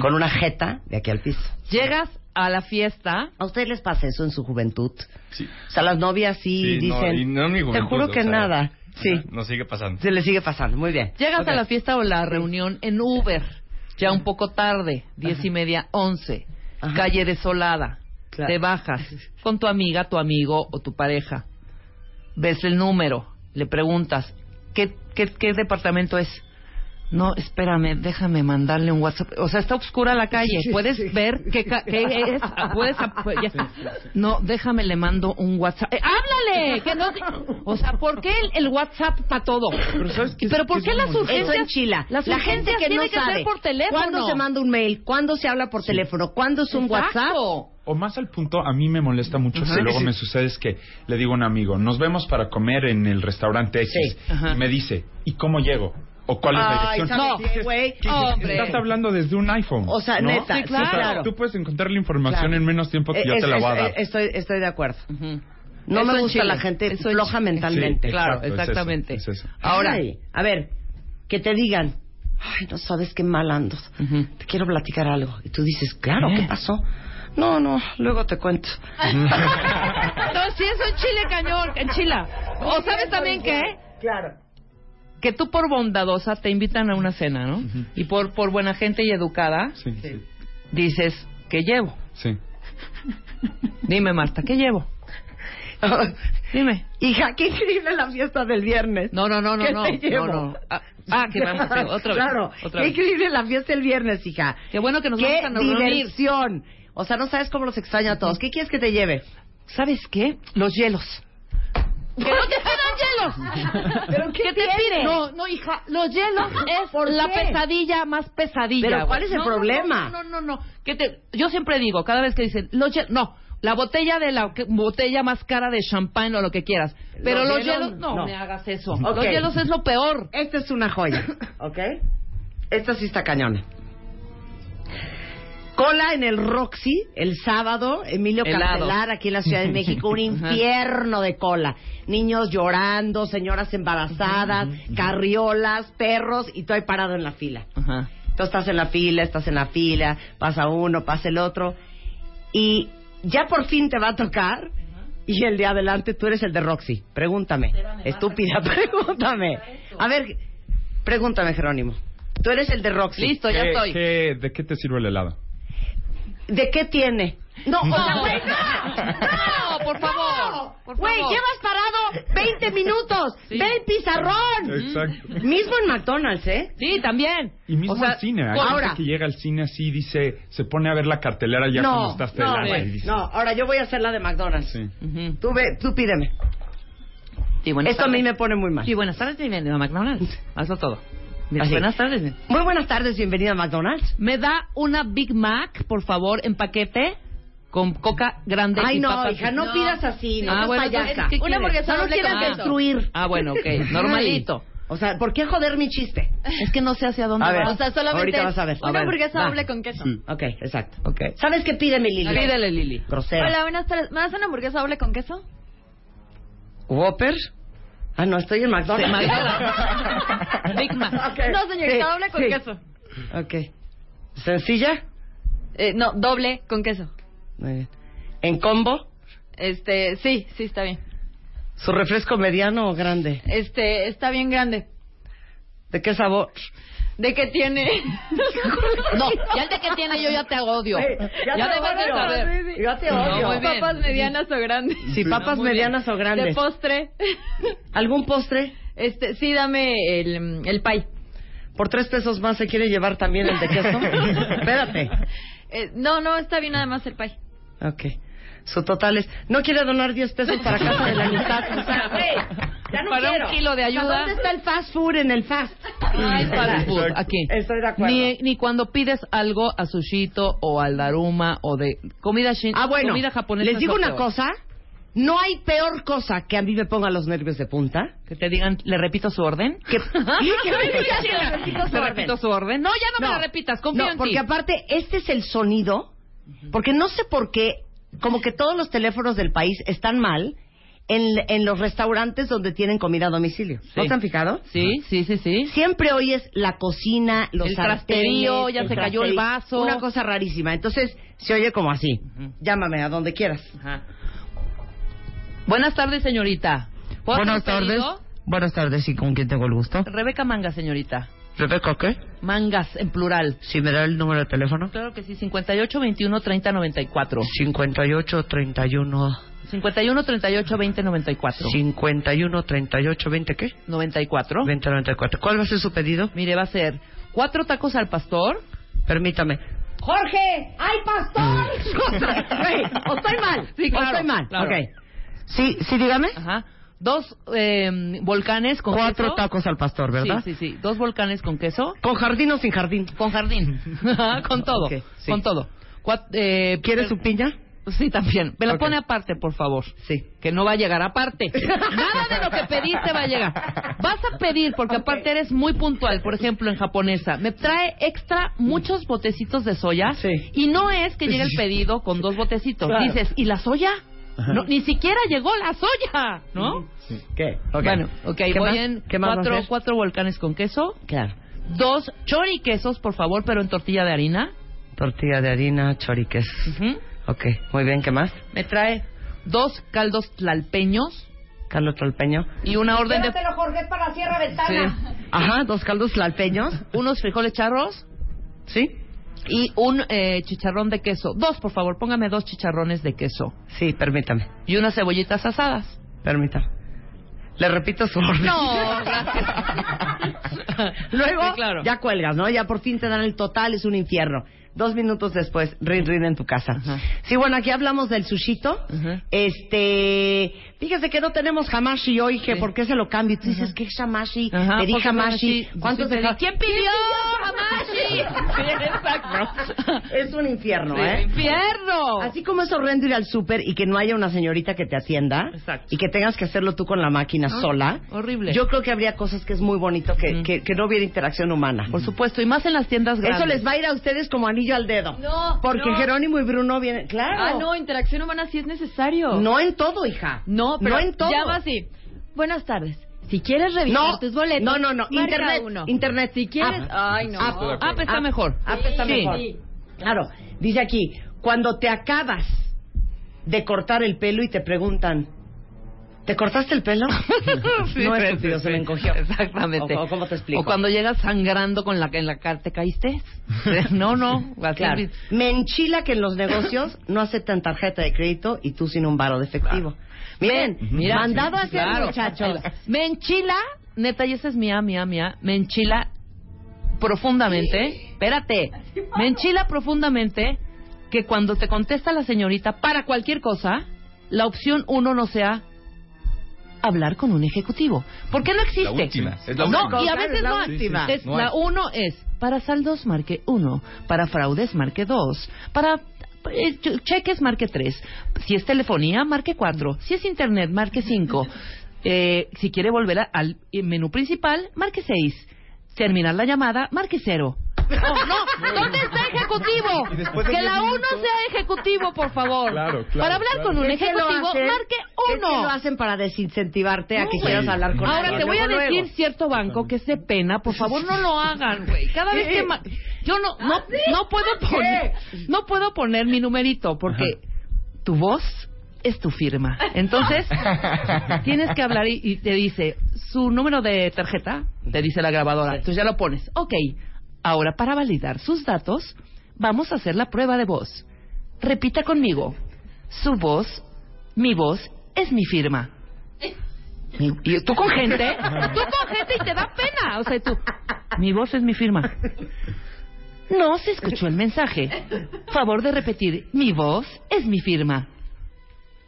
Speaker 1: Con una jeta de aquí al piso.
Speaker 4: Llegas a la fiesta.
Speaker 1: ¿A ustedes les pasa eso en su juventud?
Speaker 7: Sí.
Speaker 1: O sea, las novias sí,
Speaker 7: Sí, no,
Speaker 1: dicen,
Speaker 7: y no en mi
Speaker 1: te
Speaker 7: juventud,
Speaker 1: juro que
Speaker 7: o sea,
Speaker 1: nada. Sí,
Speaker 7: Nos sigue pasando.
Speaker 1: se le sigue pasando, muy bien.
Speaker 4: Llegas
Speaker 1: Ok.
Speaker 4: a la fiesta o la reunión en Uber, ya un poco tarde, diez y media, once,
Speaker 1: Ajá.
Speaker 4: calle desolada,
Speaker 1: Claro.
Speaker 4: te bajas con tu amiga, tu amigo o tu pareja, ves el número, le preguntas, ¿qué, qué, qué departamento es? No, espérame, déjame mandarle un WhatsApp. O sea, está oscura la calle. Puedes ver qué, ca-
Speaker 1: [laughs]
Speaker 4: qué es. Puedes, ap- pues, ya. No, déjame, le mando un WhatsApp. Eh, ¡Háblale! Que no te- O sea, ¿por qué el, el WhatsApp para todo?
Speaker 7: Pero ¿sabes qué?
Speaker 4: ¿Pero por qué las urgencias?
Speaker 1: Eso en Chila.
Speaker 4: Las
Speaker 1: la
Speaker 4: urgencias
Speaker 1: gente que
Speaker 4: tiene
Speaker 1: no
Speaker 4: que
Speaker 1: sabe.
Speaker 4: ser por teléfono.
Speaker 1: ¿Cuándo se manda un mail? ¿Cuándo se habla por teléfono? ¿Cuándo es un WhatsApp?
Speaker 4: Exacto.
Speaker 6: O más al punto, a mí me molesta mucho que luego me sucede es que le digo a un amigo, nos vemos para comer en el restaurante X.
Speaker 1: Sí,
Speaker 4: ajá.
Speaker 6: Y me dice, ¿y cómo llego? ¿O cuál es la
Speaker 1: Ay,
Speaker 6: dirección?
Speaker 1: ¿sabes
Speaker 4: No.
Speaker 1: qué, güey?
Speaker 4: Hombre.
Speaker 6: Estás hablando desde un iPhone.
Speaker 1: O sea,
Speaker 6: ¿no?
Speaker 1: neta,
Speaker 4: Sí,
Speaker 1: sí,
Speaker 4: claro.
Speaker 1: claro.
Speaker 6: Tú puedes encontrar la información
Speaker 1: Claro.
Speaker 6: en menos tiempo
Speaker 4: Eh,
Speaker 6: que yo
Speaker 1: Es-
Speaker 6: te la
Speaker 1: es-
Speaker 6: voy a dar.
Speaker 1: es- estoy, estoy de acuerdo.
Speaker 4: Ujú.
Speaker 1: No
Speaker 4: Eso
Speaker 1: me
Speaker 4: en
Speaker 1: gusta
Speaker 4: Chile.
Speaker 1: la gente
Speaker 4: Eso en
Speaker 1: floja
Speaker 4: Chile.
Speaker 1: mentalmente.
Speaker 6: Sí,
Speaker 4: Claro,
Speaker 6: Exacto, es
Speaker 4: exactamente.
Speaker 6: eso, es eso.
Speaker 4: Ahora,
Speaker 1: Ay, a ver, que te digan, ay, no sabes qué mal andas,
Speaker 4: Ujú.
Speaker 1: te quiero platicar algo. Y tú dices, claro, ¿qué pasó? No, no, luego te cuento.
Speaker 4: no, si es un chile cañón, en Chila. O sabes también qué?
Speaker 1: Claro.
Speaker 4: que tú por bondadosa te invitan a una cena, ¿no? Y por por buena gente y educada
Speaker 6: Sí, sí.
Speaker 4: dices ¿qué llevo.
Speaker 6: sí.
Speaker 4: Dime Marta, ¿qué
Speaker 6: [laughs]
Speaker 4: llevo? Dime.
Speaker 1: Hija, qué increíble la fiesta del viernes.
Speaker 4: No, no, no, no,
Speaker 1: ¿Qué
Speaker 4: no.
Speaker 1: te llevo?
Speaker 4: No, no. Ah, ah, que vamos a hacer otra vez.
Speaker 1: Claro,
Speaker 4: otra
Speaker 1: qué
Speaker 4: vez.
Speaker 1: increíble la fiesta el viernes, hija.
Speaker 4: Qué bueno que nos
Speaker 1: qué
Speaker 4: vamos a reunir.
Speaker 1: diversión. O sea, no sabes cómo los extraño a todos. ¿Qué quieres que te lleve?
Speaker 4: ¿Sabes qué? Los hielos. ¡Que no te pidan hielos!
Speaker 1: [laughs] ¿Pero qué
Speaker 4: ¿Que te
Speaker 1: tiene?
Speaker 4: piden? No, no, hija, los [laughs] hielos es
Speaker 1: ¿Por
Speaker 4: la
Speaker 1: qué?
Speaker 4: pesadilla más pesadilla.
Speaker 1: ¿Pero cuál
Speaker 4: güey.
Speaker 1: es el
Speaker 4: No,
Speaker 1: problema?
Speaker 4: No, no, no, no. no. ¿Qué te... Yo siempre digo, cada vez que dicen los hielos, no, la botella de la que- botella más cara de champán o lo que quieras. Pero
Speaker 1: Los
Speaker 4: los,
Speaker 1: hielos,
Speaker 4: hielos, no,
Speaker 1: no.
Speaker 4: me hagas eso.
Speaker 1: Ok.
Speaker 4: Los hielos es lo peor.
Speaker 1: Esta es una joya, ¿ok? Esta sí está cañona. Cola en el Roxy el sábado, Emilio
Speaker 4: Helado.
Speaker 1: Cantelar, aquí en la Ciudad de México, un infierno de cola. Niños llorando, señoras embarazadas, carriolas, perros, y tú ahí parado en la fila.
Speaker 4: Ajá.
Speaker 1: Tú estás en la fila, estás en la fila, pasa uno, pasa el otro. Y ya por fin te va a tocar. y el de adelante tú eres el de Roxy. Pregúntame. Estúpida, [laughs] pregúntame. A ver, pregúntame, Jerónimo. Tú eres el de Roxy.
Speaker 4: Listo, ya
Speaker 6: ¿Qué-
Speaker 4: estoy.
Speaker 6: qué- ¿De qué te sirve el helado?
Speaker 1: ¿De qué tiene? No, o sea, güey,
Speaker 4: No, por favor. por
Speaker 1: Güey,
Speaker 4: favor.
Speaker 1: llevas parado 20 minutos.
Speaker 4: Sí.
Speaker 1: Ve el pizarrón.
Speaker 6: Exacto.
Speaker 1: Mismo en McDonald's, ¿eh?
Speaker 4: Sí, también.
Speaker 6: Y mismo
Speaker 4: O sea,
Speaker 6: al cine. Hay
Speaker 1: ahora.
Speaker 6: gente que llega al cine así y dice, se pone a ver la cartelera ya cuando
Speaker 1: no,
Speaker 6: estás
Speaker 1: no,
Speaker 6: pelada y dice,
Speaker 1: no, ahora yo voy a hacer la de McDonald's.
Speaker 6: sí.
Speaker 4: Ujú.
Speaker 1: Tú, ve, tú pídeme.
Speaker 4: Sí, buenas
Speaker 1: Esto a mí
Speaker 4: tardes.
Speaker 1: me pone muy mal.
Speaker 4: Sí, buenas tardes, bienvenido a [laughs] McDonald's. Hazlo todo. Mira,
Speaker 1: Así.
Speaker 4: buenas tardes.
Speaker 1: Muy buenas tardes, bienvenida a McDonald's.
Speaker 4: Me da una Big Mac, por favor, en paquete, con coca grande
Speaker 1: Ay,
Speaker 4: y
Speaker 1: no,
Speaker 4: papas.
Speaker 1: hija, no,
Speaker 5: No.
Speaker 1: pidas así, no
Speaker 4: Ah,
Speaker 1: seas
Speaker 4: bueno,
Speaker 1: payasa.
Speaker 4: ¿qué quieres?
Speaker 5: Una hamburguesa
Speaker 1: No lo
Speaker 5: doble
Speaker 1: quieras
Speaker 5: con
Speaker 4: Ah.
Speaker 5: queso.
Speaker 1: destruir.
Speaker 4: Ah,
Speaker 1: [laughs]
Speaker 4: bueno, ok, normalito.
Speaker 1: Ay, O sea, ¿por qué joder mi chiste?
Speaker 4: Es que no sé hacia dónde
Speaker 1: A ver.
Speaker 4: va.
Speaker 5: O sea, solamente
Speaker 1: Ahorita
Speaker 5: es
Speaker 1: vas a ver.
Speaker 5: una
Speaker 1: A ver,
Speaker 5: hamburguesa
Speaker 1: va.
Speaker 5: doble con queso.
Speaker 1: Mm, Ok, exacto. Okay. ¿Sabes qué pide mi Lili?
Speaker 4: Pídele, Lili.
Speaker 1: Grosera.
Speaker 5: Hola, buenas tardes. ¿Me das una hamburguesa doble
Speaker 4: [laughs]
Speaker 5: con queso?
Speaker 1: ¿Whopper? Ah, no, estoy en McDonald's. [laughs]
Speaker 4: McDonald's. Big Mac.
Speaker 1: Ok.
Speaker 5: No, señorita,
Speaker 1: Sí,
Speaker 5: doble con
Speaker 1: sí.
Speaker 5: queso.
Speaker 1: Ok. ¿Sencilla?
Speaker 5: Eh, no, doble con queso.
Speaker 1: Muy bien. ¿En combo?
Speaker 5: Este, sí, sí, está bien.
Speaker 1: ¿Su refresco mediano o grande?
Speaker 5: Este, está bien grande.
Speaker 1: ¿De qué sabor?
Speaker 5: ¿De qué
Speaker 1: [laughs]
Speaker 5: tiene?
Speaker 4: No, ya el de que tiene yo ya te odio.
Speaker 1: Ey, ya te
Speaker 4: debes de
Speaker 1: odio.
Speaker 4: saber.
Speaker 1: Yo te
Speaker 4: No,
Speaker 1: odio.
Speaker 4: muy bien.
Speaker 5: ¿Papas medianas o grandes?
Speaker 1: Si papas
Speaker 4: No, muy bien.
Speaker 1: medianas o
Speaker 5: ¿De
Speaker 1: grandes.
Speaker 5: postre? [laughs]
Speaker 1: ¿Algún postre?
Speaker 5: Este, sí, dame el, mm, el pie.
Speaker 1: Por tres pesos más se quiere llevar también el de queso. [laughs] Espérate.
Speaker 5: Eh, no, no, está bien nada más el pie.
Speaker 1: Ok. Su total es... No quiere donar 10 pesos para casa de la [laughs] amistad. O sea, güey, ya no
Speaker 4: Para
Speaker 1: quiero.
Speaker 4: un kilo de ayuda.
Speaker 1: O sea, ¿Dónde está el fast food en el fast?
Speaker 4: Ay, para
Speaker 1: Exacto.
Speaker 4: food, aquí.
Speaker 1: Estoy de acuerdo.
Speaker 4: Ni, ni cuando pides algo a sushito o al daruma o de comida shin,
Speaker 1: Ah, bueno.
Speaker 4: comida japonesa.
Speaker 1: les digo
Speaker 4: es lo
Speaker 1: una
Speaker 4: peor.
Speaker 1: cosa. No hay peor cosa que a mí me ponga los nervios de punta.
Speaker 4: Que te digan, le repito su orden. [laughs]
Speaker 1: Que, [laughs] y que me digas que le repito su
Speaker 4: Le
Speaker 1: orden.
Speaker 4: repito su orden. No, ya no, me la repitas, confío
Speaker 1: no,
Speaker 4: en
Speaker 1: porque
Speaker 4: ti.
Speaker 1: aparte, este es el sonido. Porque no sé por qué, como que todos los teléfonos del país están mal en, en los restaurantes donde tienen comida a domicilio. ¿No
Speaker 4: Sí.
Speaker 1: te han fijado?
Speaker 4: Sí, sí, sí, sí.
Speaker 1: Siempre oyes la cocina, los
Speaker 4: El
Speaker 1: sartenes,
Speaker 4: trasterío, ya se cayó el
Speaker 1: trasteri-
Speaker 4: vaso.
Speaker 1: Una cosa rarísima. Entonces, se oye como así.
Speaker 4: Ujú.
Speaker 1: Llámame a donde quieras.
Speaker 4: Ajá. Buenas tardes, señorita. ¿Puedo hacer un pedido?
Speaker 8: Buenas tardes, ¿y con quién tengo el gusto?
Speaker 4: Rebeca Mangas, señorita.
Speaker 8: Rebeca, ¿qué?
Speaker 4: Mangas, en plural.
Speaker 8: Si me da el número de teléfono.
Speaker 4: Claro que sí, 58 21 30 94.
Speaker 8: 58 31
Speaker 4: 51 38 20 94.
Speaker 8: 51 38 20 ¿qué?
Speaker 4: 94.
Speaker 8: 20 94. ¿Cuál va a ser su pedido?
Speaker 4: Mire, va a ser cuatro tacos al pastor.
Speaker 8: Permítame.
Speaker 1: Jorge, ay pastor. Mm. [laughs] Güey, o estoy mal,
Speaker 4: Sí, claro,
Speaker 1: o estoy mal.
Speaker 4: claro.
Speaker 1: Ok. Sí, sí, dígame.
Speaker 4: Ajá. Dos eh, volcanes con
Speaker 8: Cuatro
Speaker 4: queso.
Speaker 8: tacos al pastor, ¿verdad?
Speaker 4: Sí, sí, sí. Dos volcanes con queso.
Speaker 1: ¿Con jardín o sin jardín?
Speaker 4: Con [laughs] jardín. Ah, con todo.
Speaker 1: Ok, sí.
Speaker 4: Con todo. Cuat- eh,
Speaker 1: ¿Quieres su piña?
Speaker 4: Sí, también. Me la
Speaker 1: Ok.
Speaker 4: pone aparte, por favor.
Speaker 1: Sí.
Speaker 4: Que no va a llegar aparte. Nada de lo que pediste va a llegar. Vas a pedir, porque aparte eres muy puntual, por ejemplo, en japonesa. Me trae extra muchos botecitos de soya.
Speaker 1: Sí.
Speaker 4: Y no es que llegue el pedido con dos botecitos.
Speaker 1: Claro.
Speaker 4: Dices, ¿y la soya? No, ni siquiera llegó la soya, ¿no?
Speaker 1: ¿Qué?
Speaker 4: Bueno, ok,
Speaker 1: ¿Qué
Speaker 4: voy
Speaker 1: más?
Speaker 4: en
Speaker 1: ¿Qué más va a
Speaker 4: cuatro,
Speaker 1: hacer?
Speaker 4: cuatro volcanes con queso,
Speaker 1: Claro.
Speaker 4: dos choriquesos, por favor, pero en tortilla de harina.
Speaker 8: Tortilla de harina, choriques.
Speaker 4: Ujú.
Speaker 8: Ok, muy bien, ¿qué más?
Speaker 4: Me trae dos caldos tlalpeños
Speaker 8: Carlos Tolpeño.
Speaker 4: y una orden de
Speaker 1: Jorge, para cierra
Speaker 4: Sí.
Speaker 8: Ajá, dos caldos tlalpeños.
Speaker 4: unos frijoles charros
Speaker 8: ¿Sí?
Speaker 4: y un eh, chicharrón de queso. Dos, por favor, póngame dos chicharrones de queso
Speaker 8: Sí, permítame.
Speaker 4: y unas cebollitas asadas.
Speaker 8: Permítame. Le repito su orden.
Speaker 1: [laughs]
Speaker 4: No, gracias.
Speaker 1: Luego,
Speaker 4: Sí, claro.
Speaker 1: ya cuelgas, ¿no? Ya por fin te dan el total, es un infierno. Dos minutos después, rin, rin en tu casa.
Speaker 4: Ajá.
Speaker 1: Sí, bueno, aquí hablamos del sushito.
Speaker 4: Ajá.
Speaker 1: Este, fíjese que no tenemos hamashi hoy, que
Speaker 4: Sí.
Speaker 1: ¿por qué se lo cambio? Tú dices, ¿qué es hamashi?
Speaker 4: Ajá,
Speaker 1: Pedí
Speaker 4: porque
Speaker 1: hamashi.
Speaker 4: hamashi,
Speaker 1: ¿Cuántos
Speaker 4: sí,
Speaker 1: pedí?
Speaker 4: pedí.
Speaker 1: ¿Quién pidió hamashi? Sí, exacto. [laughs] es un infierno, ¿eh?
Speaker 4: ¡Infierno!
Speaker 1: Así como es horrendo ir al súper y que no haya una señorita que te atienda
Speaker 4: Exacto.
Speaker 1: y que tengas que hacerlo tú con la máquina
Speaker 4: Ah,
Speaker 1: sola.
Speaker 4: horrible.
Speaker 1: Yo creo que habría cosas que es muy bonito que,
Speaker 4: Ujú.
Speaker 1: que, que no hubiera interacción humana.
Speaker 4: Por supuesto, y más en las tiendas grandes.
Speaker 1: Eso les va a ir a ustedes como anillo al dedo.
Speaker 5: No,
Speaker 1: Porque
Speaker 5: no.
Speaker 1: Jerónimo y Bruno vienen. Claro.
Speaker 5: Ah, no, interacción humana sí es necesario.
Speaker 1: No en todo, hija.
Speaker 5: No, pero
Speaker 1: en todo.
Speaker 5: llama así. Buenas tardes. Si quieres revisar
Speaker 1: No,
Speaker 5: tus boletos,
Speaker 1: no, no, no.
Speaker 5: marca
Speaker 1: Internet,
Speaker 5: uno.
Speaker 1: internet.
Speaker 5: Si quieres,
Speaker 1: App.
Speaker 5: ay no.
Speaker 1: App.
Speaker 6: Estoy de
Speaker 4: Ah,
Speaker 6: acuerdo.
Speaker 4: pues está
Speaker 1: Ah,
Speaker 4: mejor.
Speaker 1: ah, pues está
Speaker 4: Sí.
Speaker 1: mejor. Claro. Dice aquí, cuando te acabas de cortar el pelo y te preguntan, ¿te cortaste el
Speaker 4: [laughs]
Speaker 1: pelo? [laughs]
Speaker 4: Sí,
Speaker 1: no
Speaker 4: sí,
Speaker 1: estúpido,
Speaker 4: sí,
Speaker 1: se me
Speaker 4: sí.
Speaker 1: encogió.
Speaker 4: Exactamente.
Speaker 1: O, o ¿Cómo te explico?
Speaker 4: O cuando llegas sangrando con la en la cara,
Speaker 1: [laughs]
Speaker 4: ¿te caíste? no, no. así
Speaker 1: Claro.
Speaker 4: es.
Speaker 1: Me enchila que en los negocios no aceptan tarjeta de crédito y tú sin un varo de efectivo. Miren,
Speaker 4: Mira,
Speaker 1: mandado a
Speaker 4: sí,
Speaker 1: hacer,
Speaker 4: claro. [laughs]
Speaker 1: muchachos.
Speaker 4: Me enchila, neta, y esa es mía, mía, mía. Me enchila profundamente. Espérate. Me enchila profundamente que cuando te contesta la señorita para cualquier cosa, la opción uno no sea hablar con un ejecutivo. ¿Por qué no existe?
Speaker 3: La última, es la
Speaker 4: no,
Speaker 3: última.
Speaker 4: y a veces
Speaker 1: Es la
Speaker 4: no.
Speaker 1: última.
Speaker 4: Es-
Speaker 3: No
Speaker 4: la
Speaker 3: hay.
Speaker 4: uno es para saldos marque uno, para fraudes marque dos, para eh, ch- cheques marque tres, si es telefonía marque cuatro, si es internet
Speaker 1: [laughs]
Speaker 4: marque cinco, Eh, si quiere volver a- al eh, menú principal marque seis, terminar la llamada marque cero. No, no, ¿dónde está
Speaker 3: Y
Speaker 4: ejecutivo?
Speaker 3: después de
Speaker 4: Que
Speaker 3: diez
Speaker 4: la uno
Speaker 3: minutos-
Speaker 4: sea ejecutivo, por favor.
Speaker 3: Claro, claro,
Speaker 4: para hablar
Speaker 3: claro.
Speaker 4: con un
Speaker 1: Es que lo
Speaker 4: ejecutivo,
Speaker 1: hacen-
Speaker 4: marque
Speaker 1: es que
Speaker 4: uno.
Speaker 1: lo hacen para desincentivarte a
Speaker 4: No,
Speaker 1: que
Speaker 4: güey.
Speaker 1: quieras hablar con
Speaker 4: Ahora
Speaker 1: alguien.
Speaker 4: te voy a
Speaker 1: Luego,
Speaker 4: decir
Speaker 1: luego.
Speaker 4: cierto banco que es de pena, por favor no lo hagan, güey. Cada vez que ma- yo no no no puedo poner no puedo poner mi numerito porque tu voz es tu firma. Entonces tienes que hablar y, y te dice su número de tarjeta, te dice la grabadora. Entonces ya lo pones. Ok, ahora para validar sus datos vamos a hacer la prueba de voz. Repita conmigo. Su voz, mi voz es mi firma. Mi- y tú con gente, tú con gente y te da pena. O sea, tú, mi voz es mi firma. No se escuchó el mensaje. Favor de repetir, mi voz es mi firma.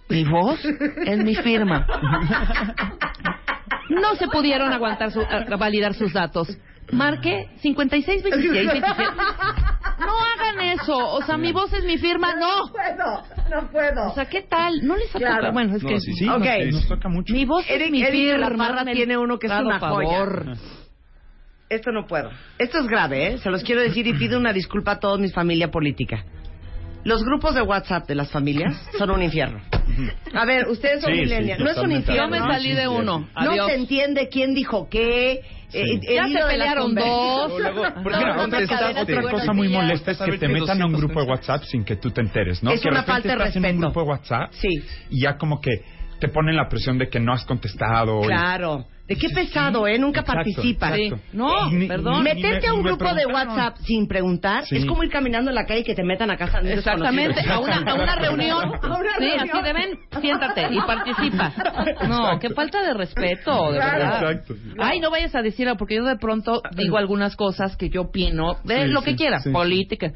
Speaker 4: Mi voz es mi firma. No se pudieron aguantar su- a- validar sus datos. Marque 56, 26, 27. No hagan eso. O sea, mi voz es mi firma. No.
Speaker 1: puedo, no puedo.
Speaker 4: O sea, ¿qué tal? No les ha
Speaker 1: Claro.
Speaker 4: tocado. Bueno, es
Speaker 3: No,
Speaker 4: que
Speaker 3: sí, sí,
Speaker 1: Ok.
Speaker 3: nos, sí, nos toca mucho.
Speaker 4: mi voz
Speaker 1: Eric-
Speaker 4: es mi
Speaker 1: Eric de la
Speaker 4: firma.
Speaker 1: Parra
Speaker 4: Nel.
Speaker 1: tiene uno que es
Speaker 4: Claro,
Speaker 1: una joya.
Speaker 4: favor.
Speaker 1: Esto no puedo. Esto es grave, ¿eh? Se los quiero decir y pido una disculpa a toda mi familia política. Los grupos de WhatsApp de las familias son un infierno. A ver, ustedes son
Speaker 6: Sí, sí,
Speaker 1: millennials. no es un
Speaker 6: totalmente.
Speaker 1: infierno.
Speaker 4: Yo me
Speaker 1: ¿no?
Speaker 4: salí de uno.
Speaker 1: No
Speaker 4: Adiós.
Speaker 1: se entiende quién dijo qué. eh, el hilo
Speaker 4: Ya se
Speaker 1: de la
Speaker 4: pelearon
Speaker 1: conversación.
Speaker 4: dos.
Speaker 6: Porque mira,
Speaker 4: No, no,
Speaker 6: otra, cosa-
Speaker 4: no, no,
Speaker 6: otra
Speaker 4: no,
Speaker 6: cosa
Speaker 4: no,
Speaker 6: muy
Speaker 4: no,
Speaker 6: molesta es que
Speaker 3: Saber
Speaker 6: te
Speaker 3: que
Speaker 6: metan a un
Speaker 3: 200
Speaker 6: grupo de WhatsApp sin que tú te enteres, ¿no?
Speaker 1: Es
Speaker 6: que de
Speaker 1: una
Speaker 6: repente
Speaker 1: falta de
Speaker 6: estás en un
Speaker 1: respeto.
Speaker 6: grupo de WhatsApp
Speaker 1: Sí.
Speaker 6: y ya como que te ponen la presión de que no has contestado. y-
Speaker 1: Claro. De qué
Speaker 6: Sí,
Speaker 1: pesado, ¿eh? Nunca
Speaker 6: exacto,
Speaker 1: participa.
Speaker 6: exacto.
Speaker 4: Sí. No,
Speaker 3: Eh,
Speaker 6: Y ni-
Speaker 4: perdón.
Speaker 6: ni- ni
Speaker 1: Meterte
Speaker 6: me-
Speaker 1: a un
Speaker 6: ni me
Speaker 1: grupo de
Speaker 6: preguntaron.
Speaker 1: WhatsApp sin preguntar
Speaker 6: Sí.
Speaker 1: es como ir caminando en la calle y que te metan a casa. de un desconocido.
Speaker 4: Exactamente, a una, a una reunión.
Speaker 1: [laughs] A una
Speaker 4: sí,
Speaker 1: reunión.
Speaker 4: así deben, siéntate y participa. No,
Speaker 6: Exacto.
Speaker 4: qué falta de respeto, de
Speaker 6: Claro.
Speaker 4: verdad.
Speaker 6: Exacto.
Speaker 4: Ay, no vayas a decir, algo, porque yo de pronto digo algunas cosas que yo opino de
Speaker 6: Sí,
Speaker 4: lo
Speaker 6: sí,
Speaker 4: que quieras,
Speaker 6: sí.
Speaker 4: política.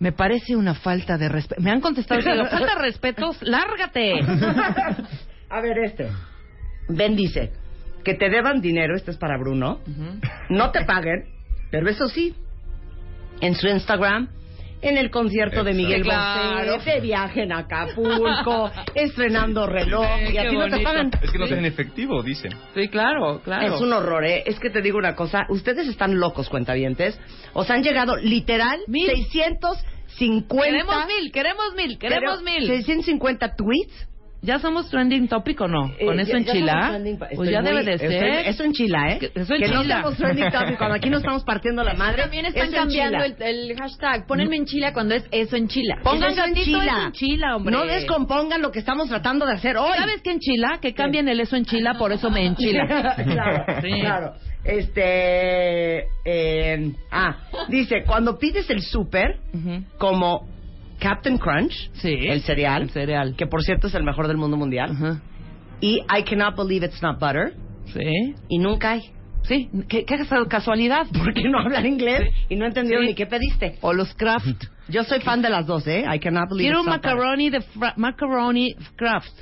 Speaker 4: Me parece una falta de respeto. Me han
Speaker 1: [laughs]
Speaker 4: contestado, pero falta de respetos, lárgate.
Speaker 1: [laughs] A ver, este. Ben dice que te deban dinero, esto es para Bruno, no te paguen, pero eso sí, en su Instagram, en el concierto de Miguel
Speaker 4: Claro.
Speaker 1: Bosé, de viaje en
Speaker 4: [laughs]
Speaker 1: Acapulco, estrenando reloj,
Speaker 4: Sí,
Speaker 1: y a
Speaker 4: qué
Speaker 1: ti no te
Speaker 4: bonito.
Speaker 1: pagan.
Speaker 3: Es que no
Speaker 4: Sí.
Speaker 3: te en efectivo, dicen.
Speaker 4: Sí, claro, claro.
Speaker 1: Es un horror, ¿eh? Es que te digo una cosa, ustedes están locos, cuentavientes. Os han llegado literal
Speaker 4: Mil.
Speaker 1: 650...
Speaker 4: Queremos mil, queremos mil, queremos
Speaker 1: pero-
Speaker 4: mil.
Speaker 1: 650 tweets
Speaker 4: ¿Ya somos trending topic o no? ¿Con
Speaker 1: Eh,
Speaker 4: eso
Speaker 1: ya-
Speaker 4: en
Speaker 1: ya somos
Speaker 4: Chila?
Speaker 1: trending pa-
Speaker 4: Pues
Speaker 1: estoy
Speaker 4: ya
Speaker 1: muy-
Speaker 4: debe de ser.
Speaker 1: estoy- eso en Chila, ¿eh?
Speaker 4: Que- eso en
Speaker 1: que no
Speaker 4: Chila.
Speaker 1: estamos trending topic, cuando aquí no estamos partiendo la madre.
Speaker 5: También están
Speaker 1: eso en
Speaker 5: cambiando
Speaker 1: Chila.
Speaker 5: el, el hashtag. Pónenme en Chila cuando es eso en Chila.
Speaker 4: Pongan
Speaker 1: Eso en
Speaker 4: gatito,
Speaker 1: Chila.
Speaker 4: eso en Chila, hombre.
Speaker 1: No descompongan lo que estamos tratando de hacer hoy.
Speaker 4: ¿Sabes qué enchila? Que cambien el eso enchila, por eso me [laughs] enchila.
Speaker 1: [laughs] claro,
Speaker 4: Sí.
Speaker 1: claro. Este. eh, ah, dice: cuando pides el súper,
Speaker 4: Ujú.
Speaker 1: como Captain Crunch,
Speaker 4: Sí.
Speaker 1: el cereal,
Speaker 4: El cereal.
Speaker 1: que por cierto es el mejor del mundo mundial,
Speaker 4: Ajá.
Speaker 1: y I cannot believe it's not butter,
Speaker 4: Sí.
Speaker 1: y nunca hay. [laughs]
Speaker 4: Sí. ¿Qué, qué casualidad?
Speaker 1: Porque no hablan inglés y no entendieron
Speaker 4: Sí.
Speaker 1: ni qué pediste.
Speaker 4: O los craft.
Speaker 1: Yo soy fan de las dos, ¿eh? I cannot believe
Speaker 4: Quiero
Speaker 1: it's
Speaker 4: un
Speaker 1: not butter.
Speaker 4: macaroni de fra- macaroni craft.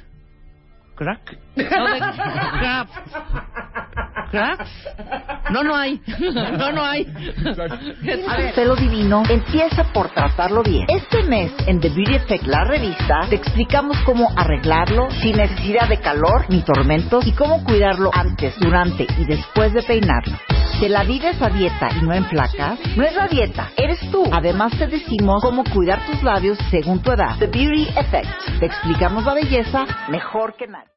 Speaker 4: ¿Crack? No, de craft. ¿Craft? No, no hay. [laughs] No, no hay.
Speaker 9: ¿Quieres un pelo divino? Empieza por tratarlo bien. Este mes, en The Beauty Effect, la revista, te explicamos cómo arreglarlo sin necesidad de calor ni tormentos y cómo cuidarlo antes, durante y después de peinarlo. Te la vives a dieta y no en placas, no es la dieta, eres tú. Además te decimos cómo cuidar tus labios según tu edad. The Beauty Effect. Te explicamos la belleza mejor que nadie.